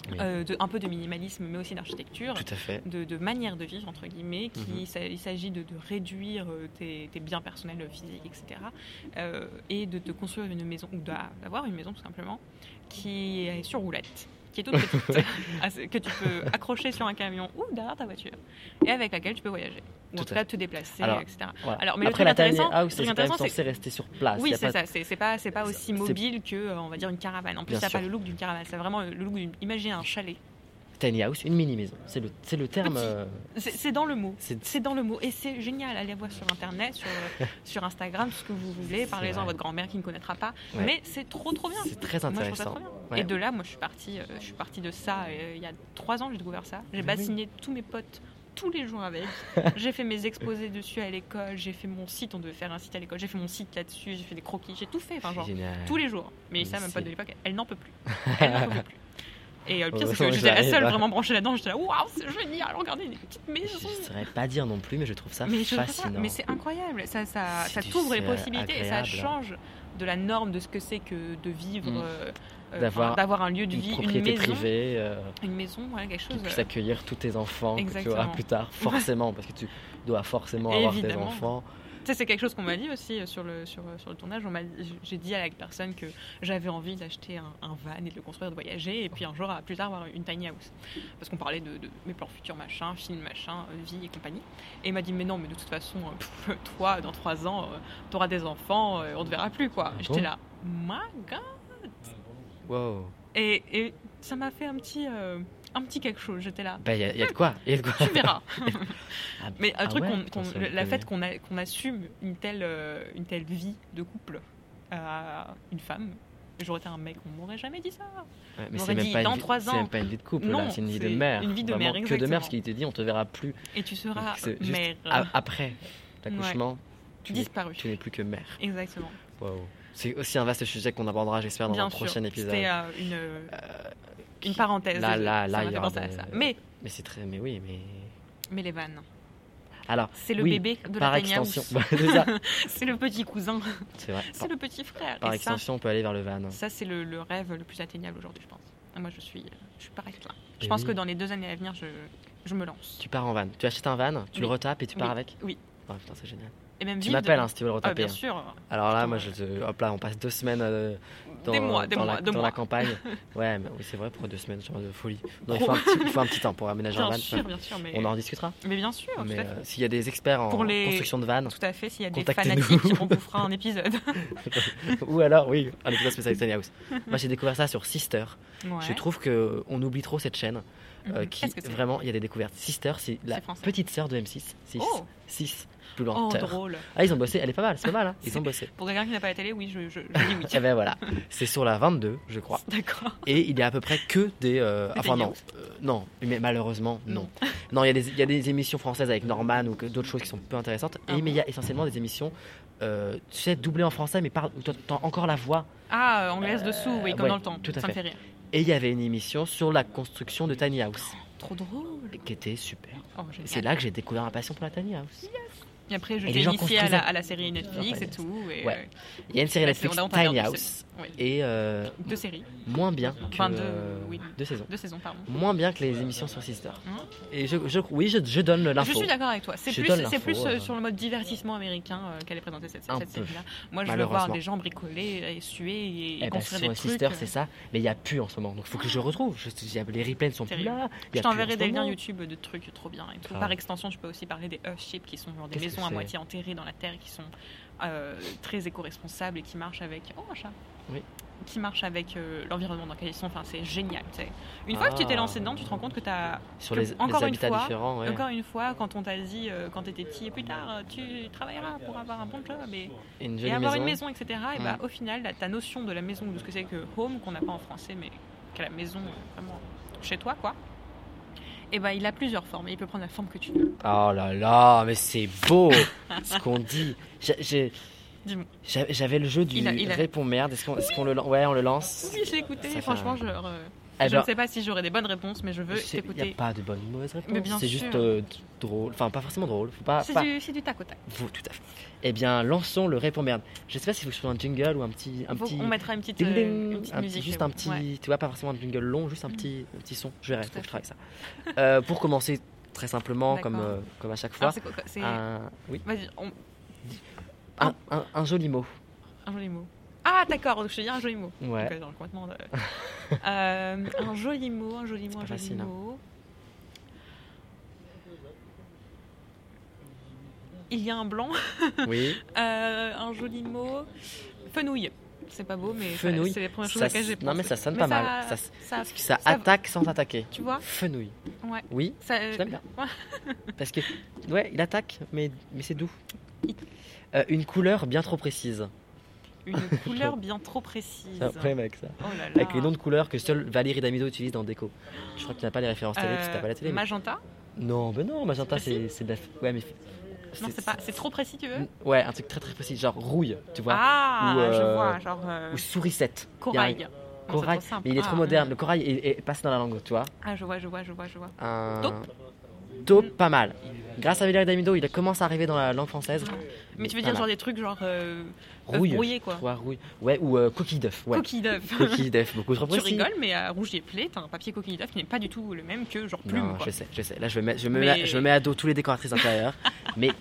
Oui. euh, de, un peu de minimalisme, mais aussi d'architecture, Tout à fait. de, de manière de vivre, entre guillemets, qui, Mhm. ça- il s'agit de, de réduire euh, tes, tes biens personnels, euh, physiques, etc. euh, et de te construire une maison, ou d'a- d'avoir une maison, tout simplement, qui est sur roulette, qui est toute petite, à ce- que tu peux accrocher sur un camion ou derrière ta voiture, et avec laquelle tu peux voyager. Ou Tout en à tout cas, te déplacer, Alors, etc. Voilà. Alors, mais le Après truc la tiny intéressant- house, le truc c'est quand même intéressant, censé rester sur place. Oui, ah, Y a c'est pas- ça. C'est c'est pas, c'est pas c'est- aussi c'est- mobile que, euh, on va dire, une caravane. En plus, Bien t'as pas sûr. le look d'une caravane. C'est vraiment le look d'une. Imaginez un chalet. Tiny house, une mini maison. C'est le, c'est le terme. Petit. euh, C'est c'est dans le mot. c'est C'est dans le mot. Et c'est génial. Allez voir sur Internet, sur, euh, sur Instagram, tout ce que vous voulez. C'est Parlez-en vrai. à votre grand-mère qui ne connaîtra pas. Ouais. Mais c'est trop, trop bien. c'est très Moi, je trouve ça intéressant. trop bien. Ouais. Et de là, moi, je suis partie, euh, je suis partie de ça euh, il y a trois ans, j'ai découvert ça. J'ai Mais oui. bassiné tous mes potes tous les jours avec. j'ai fait mes exposés dessus à l'école. J'ai fait mon site. On devait faire un site à l'école. J'ai fait mon site là-dessus. J'ai fait des croquis. J'ai tout fait. Enfin, genre, Génial. tous les jours. Mais Mais ça, même c'est- pas de l'époque, elle n'en peut plus. Elle n'en peut plus. Et euh, le pire, c'est Heureusement que que j'étais la j'arrive, seule hein. vraiment branchée là-dedans. J'étais là, waouh, c'est génial, regardez une petite Je maison. ne saurais pas dire non plus, mais je trouve ça Mais, je sais pas, fascinant. mais c'est incroyable, ça, ça, C'est ça du- t'ouvre les c'est possibilités et ça agréable, hein. change de la norme de ce que c'est que de vivre, Mm. euh, euh, D'avoir enfin, d'avoir un lieu de Une vie, une propriété maison, privée euh, une maison, voilà, quelque qui chose. euh, puisse accueillir tous tes enfants que tu Exactement. auras plus tard, forcément, parce que tu dois forcément avoir tes Évidemment. enfants. Tu sais, c'est quelque chose qu'on m'a dit aussi euh, sur le, sur, euh, sur le tournage. On m'a dit- J'ai dit à la personne que j'avais envie d'acheter un, un van et de le construire, de voyager, et puis un jour, à plus tard, avoir une tiny house. Parce qu'on parlait de, de mes plans futurs, machin, film, machin, euh, vie et compagnie. Et il m'a dit, mais non, mais de toute façon, euh, pff, toi, dans trois ans, tu t'auras des enfants, euh, on te verra plus, quoi. Ah J'étais bon là, my God. Wow. Et, et ça m'a fait un petit, euh, un petit quelque chose. J'étais là, Bah, il y, a- y a de quoi. y a de quoi. tu verras. Ah, Mais un ah truc, ouais, qu'on- putain, qu'on- ça le- me la fait connaît. qu'on a- qu'on assume une telle, euh, une telle vie de couple à une femme. J'aurais été un mec, on m'aurait jamais dit ça. Ouais, mais on c'est aurait même, dit, pas une dans vie- trois c'est ans. même pas une vie de couple, Non, là, c'est une vie de c'est mère. une vie de Vraiment mère, que de mère, exactement. parce qu'il te dit, on te verra plus. Et tu Donc, seras c'est juste mère euh, a- après l'accouchement, tu n'es- disparue. tu n'es plus que mère. Exactement. Waouh. C'est aussi un vaste sujet qu'on abordera, j'espère, dans Bien un sûr. prochain épisode. C'était euh, une, qui- une parenthèse. là, là, là, il ça m'a y fait aura penser à des- ça. Mais, Mais c'est très. Mais oui, mais. mais les vannes. Alors, C'est le oui, bébé de par la tiny house. extension. Bah, c'est ça. C'est le petit cousin. C'est vrai. C'est Par, le petit frère. par Et ça, extension, on peut aller vers le van. Ça, c'est le, le rêve le plus atteignable aujourd'hui, je pense. Et Moi, je suis, euh, je suis pareil que toi. Je Eh pense oui. que dans les deux années à venir, je, je me lance. Tu pars en van. Tu achètes un van, tu le Oui. retapes et tu pars Oui. avec Oui. Oh, putain, c'est génial. Et même Tu vivre m'appelles de- hein, si tu veux le Ah, retaper. bien hein. sûr. Alors là, moi, je te... hop là, on passe deux semaines euh, dans, des mois, des dans la, mois, deux dans la mois. campagne. Ouais, mais oui, c'est vrai, pour deux semaines, genre de folie. Non, il faut, Pro. un petit, il faut un petit temps pour aménager un Bien van. sûr, bien sûr. Mais, On en discutera. mais bien sûr, Mais tout à fait. euh, s'il y a des experts en Pour les- construction de van, Tout à fait, s'il y a des contactez-nous. fanatiques, on vous fera un épisode. ou alors, oui, un épisode spécial Tiny House. Moi, j'ai découvert ça sur Sister. Je Ouais. trouve que on oublie trop cette chaîne. euh, Mhm. qui Qu'est-ce que c'est vraiment, il y a des découvertes. Sister, c'est la C'est français. petite sœur de M6. 6. Oh, 6. Plus oh, lenteur. drôle. ah, ils ont bossé, elle est pas mal, c'est pas mal. hein. Ils C'est- ont bossé. Pour quelqu'un qui n'a pas la télé, oui, je, je, je dis oui. Et ben voilà, c'est sur la 22, je crois. D'accord. Et il y a à peu près que des. euh, Des enfin, Tiny non. House. euh, non, mais malheureusement, non. Non, il y, a des- il y a des émissions françaises avec Norman ou que- d'autres choses qui sont peu intéressantes. Ah et, bon mais il y a essentiellement des émissions, euh, tu sais, doublées en français, mais par, où tu entends encore la voix. Ah, euh, anglaise dessous, oui, comme ouais, dans le temps. tout à ça me fait. fait rire. Et il y avait une émission sur la construction de Tiny House, Trop drôle. qui était super. Oh, Et génial. c'est là que j'ai découvert ma passion pour la Tiny House. Et après, je Et t'ai les gens initié à la, construisaient. à la série Netflix Enfin, et tout. Et, ouais. Il y a une série Ouais, Netflix, c'est- on a entendu Tiny parler de House, euh, ouais. et euh, Deux séries, moins bien que Enfin, deux, euh, oui. deux saisons. deux saisons, pardon. Moins bien que les émissions sur Sister. Hein Et je, je- oui, je, je donne Je l'info. suis d'accord avec toi. C'est Je plus, donne c'est l'info, plus euh, euh. sur le mode divertissement américain euh, qu'elle est présentée cette, Un cette peu. série-là. Moi, je veux voir Malheureusement. des gens bricoler et suer et, Eh ben, construire sur des trucs. euh. Sister, c'est ça. Mais il n'y a plus en ce moment. Donc il faut que je retrouve. Je- je- les replays ne sont plus Terrible. là. il y euh, Je a plus en t'enverrai ce des moment. liens YouTube de trucs trop bien. Et tout. Grave. Par extension, je peux aussi parler des Earthships qui sont genre Qu'est-ce des que maisons à c'est moitié enterrées dans la terre qui sont euh, très éco-responsables et qui marchent avec. Oh, un chat Oui. Qui marchent avec euh, l'environnement dans lequel ils sont. Enfin, c'est génial. tu sais. Une fois que tu t'es Ah. lancé dedans, tu te rends compte que tu as Sur que- les, encore les une habitats fois, différents. ouais. Encore une fois, quand on t'a dit, euh, quand t'étais petit, et plus tard, euh, tu travailleras pour avoir un bon job et, Et une et jolie maison. avoir Mm. une maison, etc. Et bah, au final, la- ta notion de la maison, de ce que c'est que home, qu'on n'a pas en français, mais que la maison, euh, vraiment chez toi, quoi. Et bah, il a plusieurs formes et il peut prendre la forme que tu veux. Oh là là, mais c'est beau ce qu'on dit. J'ai- j'ai- Dis-moi. j'a- J'avais le jeu du Il a- il a- répond merde. Est-ce qu'on est-ce qu'on le lance Ouais, on le lance. Oui, j'ai écouté. Ça fait franchement, un- je, euh, Eh je ben, ne sais pas si j'aurai des bonnes réponses, mais je veux c'est- Il n'y a t'écouter. pas de bonne ou mauvaise Mais réponse. bien C'est juste sûr. euh, d- drôle. Enfin, pas forcément drôle. Faut pas, C'est pas- du, c'est du tac au tac. Vous, tout à fait. Eh bien, lançons le répond merde. Je sais pas s'il faut que je fasse un jingle ou un petit. Un Faut- petit... On mettra une petite, Ding, euh, ding, une petite un petit- musique. juste euh, un petit, ouais. tu vois, pas forcément un jingle long, juste un Mhm. petit, un petit son. Je verrai, Tout faut à que je travaille ça. Euh, pour commencer très simplement, comme, D'accord. euh, comme à chaque fois, Ah. Alors, Ah, c'est quoi- c'est- un, oui, Vas-y, on- un, Ah. un- un joli mot. un joli mot. Ah, d'accord, donc je te dis un joli mot. Ouais. Donc, euh, dans le coin de monde, euh, euh, un joli mot, un joli mot, pas un joli facile, hein. mot. Il y a un blanc, Oui, euh, un joli mot. Fenouille. C'est pas beau, mais ça- Fenouille. c'est les premières choses ça, auxquelles j'ai non pensé. mais ça sonne pas mal. Ça, Ça, ça, ça attaque sans attaquer. Tu vois Fenouille. Ouais. Oui, ça, euh, je l'aime bien. Parce que, ouais, il attaque, mais, mais c'est doux. Euh, une couleur bien trop précise. Une couleur bien trop précise. J'ai un problème avec ça. Oh là là. Avec les noms de couleurs que seul Valérie Damido utilise dans Déco. Je crois que tu n'as pas les références télé, parce que tu n'as Euh, pas la télé. mais- Magenta Non, mais non, magenta, Si. c'est c'est de la. Ouais, mais. Non, c'est pas. C'est trop précis, tu veux Ouais, un truc très très précis, genre rouille, tu vois. Ah, Ou, euh, je vois, genre euh, Ou sourisette. Il y a un- corail. Non, c'est trop Corail. simple. Mais il est trop Ah, moderne, hum. le corail est, est passé dans la langue, tu vois. Ah, je vois, je vois, je vois, je vois. Un... Taupe. plutôt pas mal. Grâce à Villard D'Amido, il commence à arriver dans la langue française. Ah. Mais tu veux dire genre des trucs genre euh, œufs Rouille. brouillés, quoi. Poire rouille. Ouais, ou euh, coquille d'œuf. Ouais. Coquille d'œuf. Coquille d'œuf, beaucoup trop Tu précis. rigoles, mais à rouge et Play, t'as un papier coquille d'œuf qui n'est pas du tout le même que genre plume. Non, quoi. je sais, je sais. Là, je me mets, je me Mais- mets, je me mets à dos tous les décoratrices intérieures. mais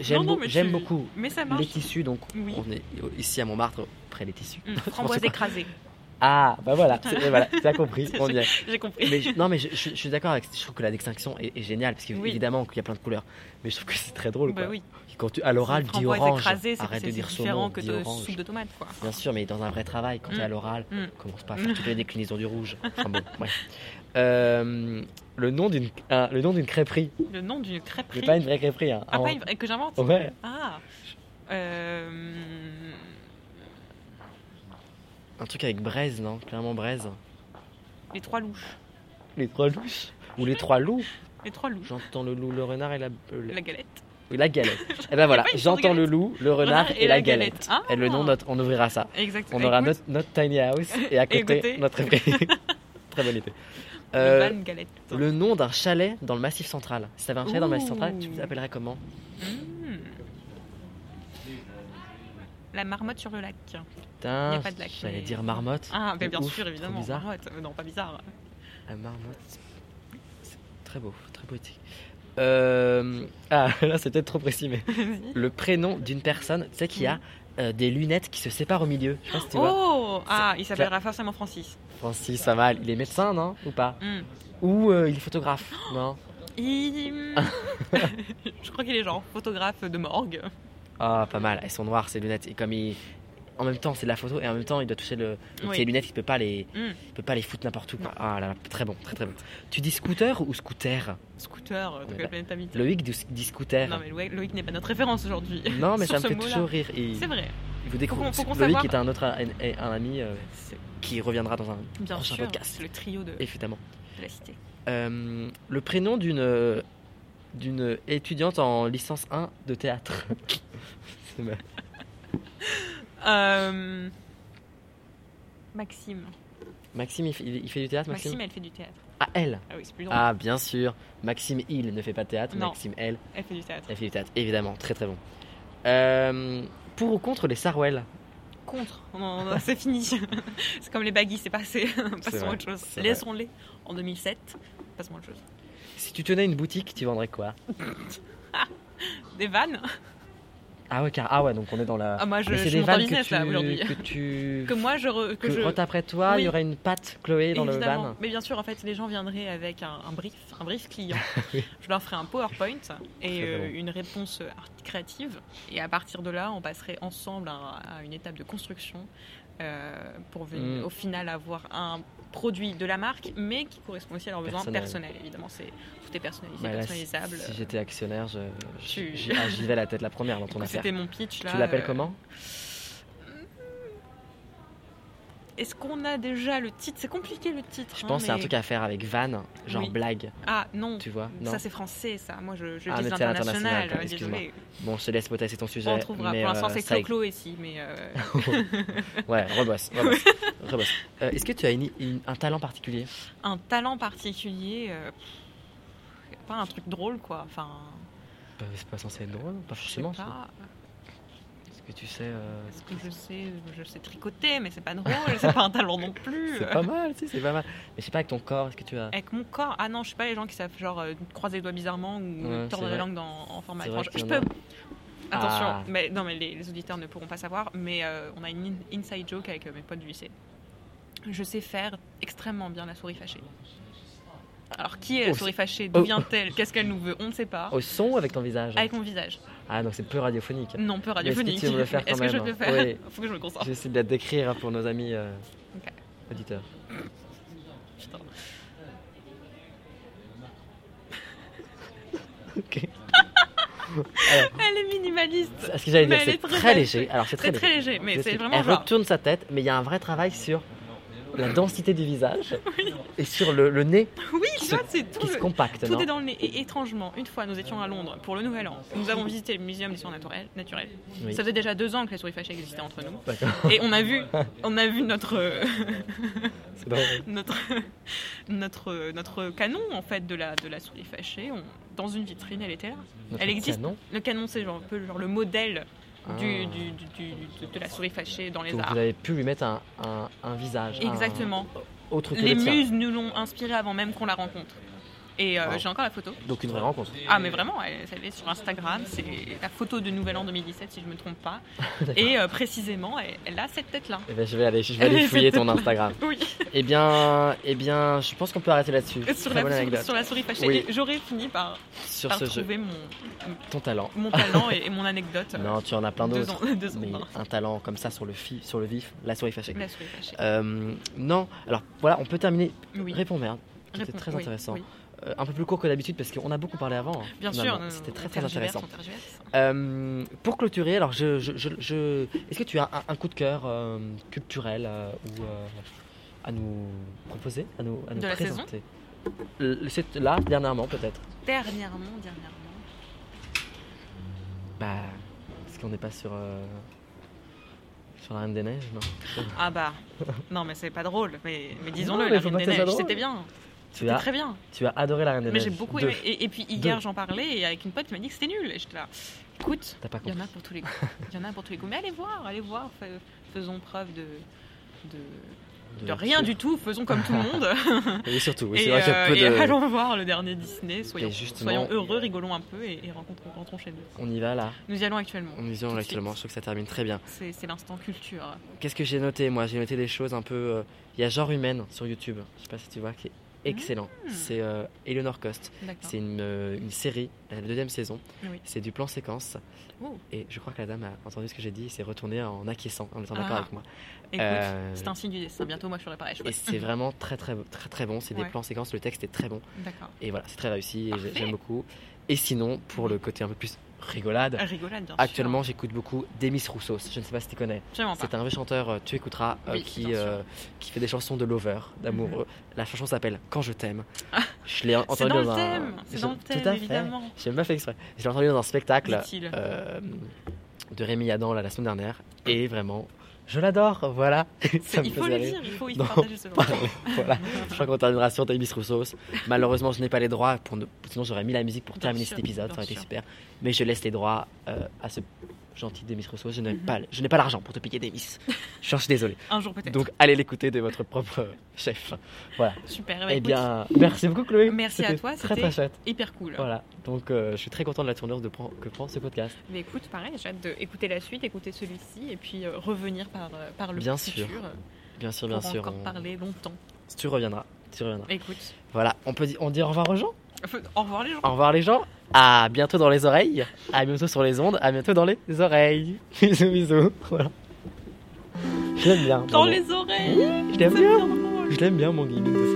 j'aime Non, non, beau- mais j'aime tu- beaucoup Mais ça les marche. tissus, donc Oui. on est ici à Montmartre, près des tissus. Hum, framboise pas. écrasée. Ah, bah voilà, c'est- et voilà tu as compris, C'est on y est. J'ai compris. Mais je- non, mais je, je- je suis d'accord avec. Je trouve que la distinction est, est géniale parce Oui. qu'évidemment qu'il y a plein de couleurs, mais je trouve que c'est très drôle. Bah quoi. oui. Quand tu à l'oral, Une dis framboise orange. écrasée, c'est- Arrête c'est de dire différent saumon, que dis de orange. soupe de tomate, quoi. Bien sûr, mais dans un vrai travail, quand Mm. t'es à l'oral, Mm. commence pas à faire toutes les déclinaisons du rouge. Enfin bon, ouais. Euh, le nom d'une ah, le nom d'une crêperie, Le nom d'une mais crêperie. pas une vraie crêperie. Hein. Ah, En- pas une- que j'invente Ouais. Ah. Euh... Un truc avec braise, non Clairement braise. Les trois louches. Les trois louches. Ou les trois loups. Les trois louches. J'entends le loup, le renard et la euh, La galette. la, la galette. et ben voilà, pas une sorte de j'entends le galette. loup, le renard et, la galette. Ah. Et le nom, notre- on ouvrira ça. Exactement. On aura Écoute, notre, notre tiny house et à Et côté, à côté. notre crêperie. Très bonne idée. le Euh, van galette. le nom d'un chalet dans le massif central. Si t'avais un chalet dans le massif central, tu Ouh. l'appellerais comment Mmh. La marmotte sur le lac. Putain, Il y a pas de lac, J'allais mais- dire marmotte. Ah, ben De bien ouf, sûr, trop évidemment. bizarre. Marmotte. Euh, Non, pas bizarre. La Ah, marmotte. C'est Très beau, très poétique. Euh, Ah, là, c'est peut-être trop précis, mais. Le prénom d'une personne, tu sais, qui a euh, des lunettes qui se séparent au milieu. Je sais pas si tu vois. oh Ah, il s'appellera forcément Francis. Francis, pas mal. Il est médecin, non Ou pas Mmh. Ou euh, il est photographe Non Il- Je crois qu'il est genre photographe de morgue. Ah, pas mal. Elles sont noires, ces lunettes. Et comme il. En même temps, c'est de la photo et en même temps, il doit toucher le. Donc, Oui. ces lunettes, il peut pas les, Mm. il peut pas les foutre n'importe où. quoi. Ah là là, très bon, très très bon. Tu dis scooter ou scooter Scooter, euh, de Ouais, quelle bah, planète habite Loïc dit dit scooter. Non, mais Loïc Loïc n'est pas notre référence aujourd'hui. Non, mais Sur ça me ce fait mot-là. toujours rire. Il- C'est vrai. Vous découvrez Faut qu'on- faut qu'on Loïc savoir. est un autre un, un ami euh, C'est qui reviendra dans un bien prochain sûr podcast. le trio de, évidemment. de la cité. Euh, le prénom d'une d'une étudiante en licence 1 de théâtre. C'est ma- Euh, Maxime. Maxime, il fait, il fait du théâtre, Maxime. Maxime, elle fait du théâtre. Ah elle. Ah oui, c'est plus drôle. Ah bien sûr. Maxime il ne fait pas de théâtre. Non. Maxime elle, Elle fait du théâtre. elle fait du théâtre. Évidemment, très très bon. Euh, pour ou contre les Sarwell Contre. Non, non, non, c'est fini. c'est comme les baguilles, c'est passé. Passons vrai, à autre chose. c'est vrai. Laissons-les en 2007. Passons à autre chose. Si tu tenais une boutique, tu vendrais quoi Des vannes Ah ouais, car ah ouais, donc on est dans la. Ah, moi, je, Mais je c'est des suis en vannes que business tu, là aujourd'hui. que tu Que moi, je. re- que que je... Rote après toi, il Oui. y aurait une patte Chloé dans Évidemment. le van. Mais bien sûr, en fait, les gens viendraient avec un, un brief, un brief client. Je leur ferai un PowerPoint et Ah Très euh, bon. une réponse euh, art- créative. Et à partir de là, on passerait ensemble à, à une étape de construction euh, pour venir, Mm. au final avoir un produit de la marque, mais qui correspond aussi à leurs besoins Personnel. personnels. Évidemment, c'est tout est personnalisé, Bah là, si personnalisable. si j'étais actionnaire, je, je- Tu- j'y- ah, j'y vais la tête la première dans ton affaire. C'était mon pitch là. Tu l'appelles euh, comment Est-ce qu'on a déjà le titre C'est compliqué le titre. Je hein, pense que c'est un mais- truc à faire avec van, genre Oui. blague, Ah non, tu vois. Non. ça c'est français ça. Moi je, Euh, je Ah, dis mais c'est à international. l'international, pardon, Désolée. Bon, je te laisse potasser ton sujet. On trouvera. mais, Pour l'instant, euh, c'est ça y est. Clo-Clo ici, mais euh, Ouais, rebosse, rebosse, rebosse. Euh, Est-ce que tu as une- une- un talent particulier un talent particulier, euh, pff, pas un truc drôle quoi. Enfin, Bah, C'est pas censé être drôle, pas je sais forcément. pas. euh, Est-ce que tu sais euh, Parce que je sais, je sais tricoter, mais c'est pas drôle. c'est pas un talent non plus. euh, C'est pas mal, tu sais, c'est pas mal. Mais je sais pas avec ton corps, est-ce que tu as Avec mon corps, ah non, je suis pas les gens qui savent genre euh, croiser les doigts bizarrement ou Ouais, c'est tordre vrai. les langues dans, en format C'est vrai étrange. qu'il y Je en peux. a. Attention, Ah. mais non, mais les, les auditeurs ne pourront pas savoir, mais euh, on a une in- inside joke avec euh, mes potes du lycée. Je sais faire extrêmement bien la souris fâchée. Alors qui est la Oh, souris fâchée oh. D'où vient-elle Qu'est-ce qu'elle nous veut On ne sait pas. Au son ou avec ton visage Avec mon visage. Ah, donc c'est peu radiophonique. Non, est-ce que peu tu radiophonique. veux le faire quand Est-ce que je même hein? peux le faire Oui. Faut que je me concentre. J'essaie de la décrire pour nos amis euh, Ok. auditeurs. Putain. Ok. Elle est minimaliste. Ce que j'allais dire, Mais elle c'est est très, très facile. léger. Alors c'est très C'est léger. très léger, Je mais c'est t'explique. vraiment Elle genre. retourne sa tête, mais il y a un vrai travail sur la densité du visage et sur le, le nez Oui, qui tu se- vois, c'est tout. qui se le- compacte. Tout non est dans le nez. Et étrangement, une fois, nous étions à Londres pour le Nouvel An. Nous avons visité le Muséum d'histoire naturelle. naturelle. Oui. Ça faisait déjà deux ans que les souris fâchées existaient entre nous. D'accord. Et on a vu, on a vu notre, euh, Non. notre, notre, notre canon en fait de la, de la souris fâchée, on- dans une vitrine, elle était là. Elle existe. non Le canon, c'est genre un peu genre le modèle Ah. du, du- du- du- de, de la souris fâchée dans les Donc arts. vous avez pu lui mettre un, un- un visage. un- Exactement. autre que Les le tien. muses nous l'ont inspirée avant même qu'on la rencontre. Et euh, Wow. j'ai encore la photo. Donc une vraie rencontre. Ah mais vraiment, elle, elle est sur Instagram, c'est la photo de Nouvel An 2017 si je me trompe pas. Et euh, précisément, elle, elle a cette tête-là. Eh ben, je vais aller, je vais aller fouiller ton Instagram. Oui, Eh bien, eh bien, je pense qu'on peut arrêter là-dessus. sur, Très la, bonne sur, anecdote. sur la souris fâchée. Oui. Et J'aurais fini par, Sur par ce jeu, trouver mon, ton talent. mon talent et, et mon anecdote. euh, Non, tu en as plein deux d'autres. ans, deux ans Mais pardon. un talent comme ça sur le, fi- sur le vif, la souris fâchée. La souris fâchée. Euh, non, alors voilà, on peut terminer. Oui. Réponds merde. C'était Réponds- très oui, intéressant. oui. Euh, un peu plus court que d'habitude parce qu'on a beaucoup parlé avant. hein, Bien sûr. finalement. non, non, C'était on très très tergiverse, intéressant. on tergiverse. Euh, pour clôturer, alors je, je- je- je- est-ce que tu as un, un coup de cœur euh, culturel euh, ou euh, à nous proposer, à nous, à nous De la saison présenter Le- c'est là dernièrement peut-être. Dernièrement, dernièrement. Bah, parce qu'on n'est pas sur euh, sur la Reine des Neiges, non Ah bah, non mais c'est pas drôle, mais, Ah mais Non, disons-le, mais la faut Reine pas des que ça soit Neiges, drôle. c'était bien, Tu c'était as, très bien. tu as adoré la Reine des Mais Neiges. j'ai beaucoup Deux. aimé. Et, et puis hier, Deux. j'en parlais et avec une pote, qui m'a dit que c'était nul. Et j'étais là, écoute, T'as pas il y en compris. a pour tous les goûts. Il y en a pour tous les goûts. Mais allez voir, allez voir. fais- Faisons preuve de. De, de rien du tout, faisons comme tout le monde. Et surtout, oui, c'est et vrai qu'il y a euh, peu et de- allons voir le dernier Disney, soyons, Et justement- soyons heureux, rigolons un peu et, et rencontrons, rentrons chez nous. On y va là. Nous y allons actuellement, On y va Tout de actuellement. suite. Je trouve que ça termine très bien. c'est c'est l'instant culture. Qu'est-ce que j'ai noté moi J'ai noté des choses un peu. euh, Il y a Genre Humaine sur YouTube. Je sais pas si tu vois, qui est excellent. Mmh. C'est euh, Eleanor Cost. D'accord. C'est une, euh, une série, la deuxième saison. Ah. Oui. C'est du plan séquence. Oh. Et je crois que la dame a entendu ce que j'ai dit et s'est retournée en acquiesçant, en étant Ah. d'accord avec moi. Écoute, euh, c'est un signe du dessin. Bientôt, moi, je ferai pareil. je Et pense. c'est vraiment très très très très bon. C'est des Ouais. plans séquences, le texte est très bon. D'accord. Et voilà, c'est très réussi et j'ai- Parfait. j'aime beaucoup. Et sinon, pour le côté un peu plus rigolade, Rigolade, bien sûr. actuellement j'écoute beaucoup Demis Roussos. Je ne sais pas si tu connais. Absolument pas. C'est un vieux chanteur, euh, tu écouteras, euh, Oui, qui, bien sûr. Mhm. euh, qui fait des chansons de lover, d'amoureux. La chanson s'appelle Quand je t'aime. Je l'ai Ah, C'est entendue dans dans, le un. thème, c'est Je- dans le Tout thème, à fait. évidemment. J'ai même pas fait exprès. Je l'ai entendue dans un spectacle Dit-il. euh, de Rémi Adam là, la semaine dernière. Et vraiment, je l'adore, voilà. Ça me Il faut faisait le rire. dire, il faut, il faut Non. partager ce moment. voilà. Je crois qu'on terminera sur Demis Roussos. Malheureusement, je n'ai pas les droits, pour ne- sinon j'aurais mis la musique pour Bien terminer sûr, cet épisode, ça bien aurait été sûr. super. Mais je laisse les droits euh, à ce gentil Demis Roussos. Je n'ai Mhm. pas, je n'ai pas l'argent pour te piquer, Demis. J'en suis désolé. Un jour peut-être. Donc allez l'écouter de votre propre euh, chef. Super. bah, Eh écoute, bien, merci beaucoup Chloé. Merci à C'était toi, Très c'était- très chouette. hyper cool. Voilà. Donc euh, je suis très content de la tournure de prend- que prend ce podcast. Mais écoute, pareil, j'ai hâte d'écouter la suite, écouter celui-ci et puis euh, revenir par, euh, par le Bien futur sûr, euh, Bien sûr, pour bien sûr. encore on- parler longtemps. Tu reviendras. Tu reviendras. Écoute, Voilà. On peut dire, on dit au revoir aux gens. enfin, au revoir les gens. Au revoir les gens. À bientôt dans les oreilles. À bientôt sur les ondes. À bientôt dans les oreilles. Bisous bisous. Voilà. Je l'aime bien. Dans mon- les oreilles. Je l'aime c'est bien. bien drôle. Ah Je l'aime bien mon gimmick de fin.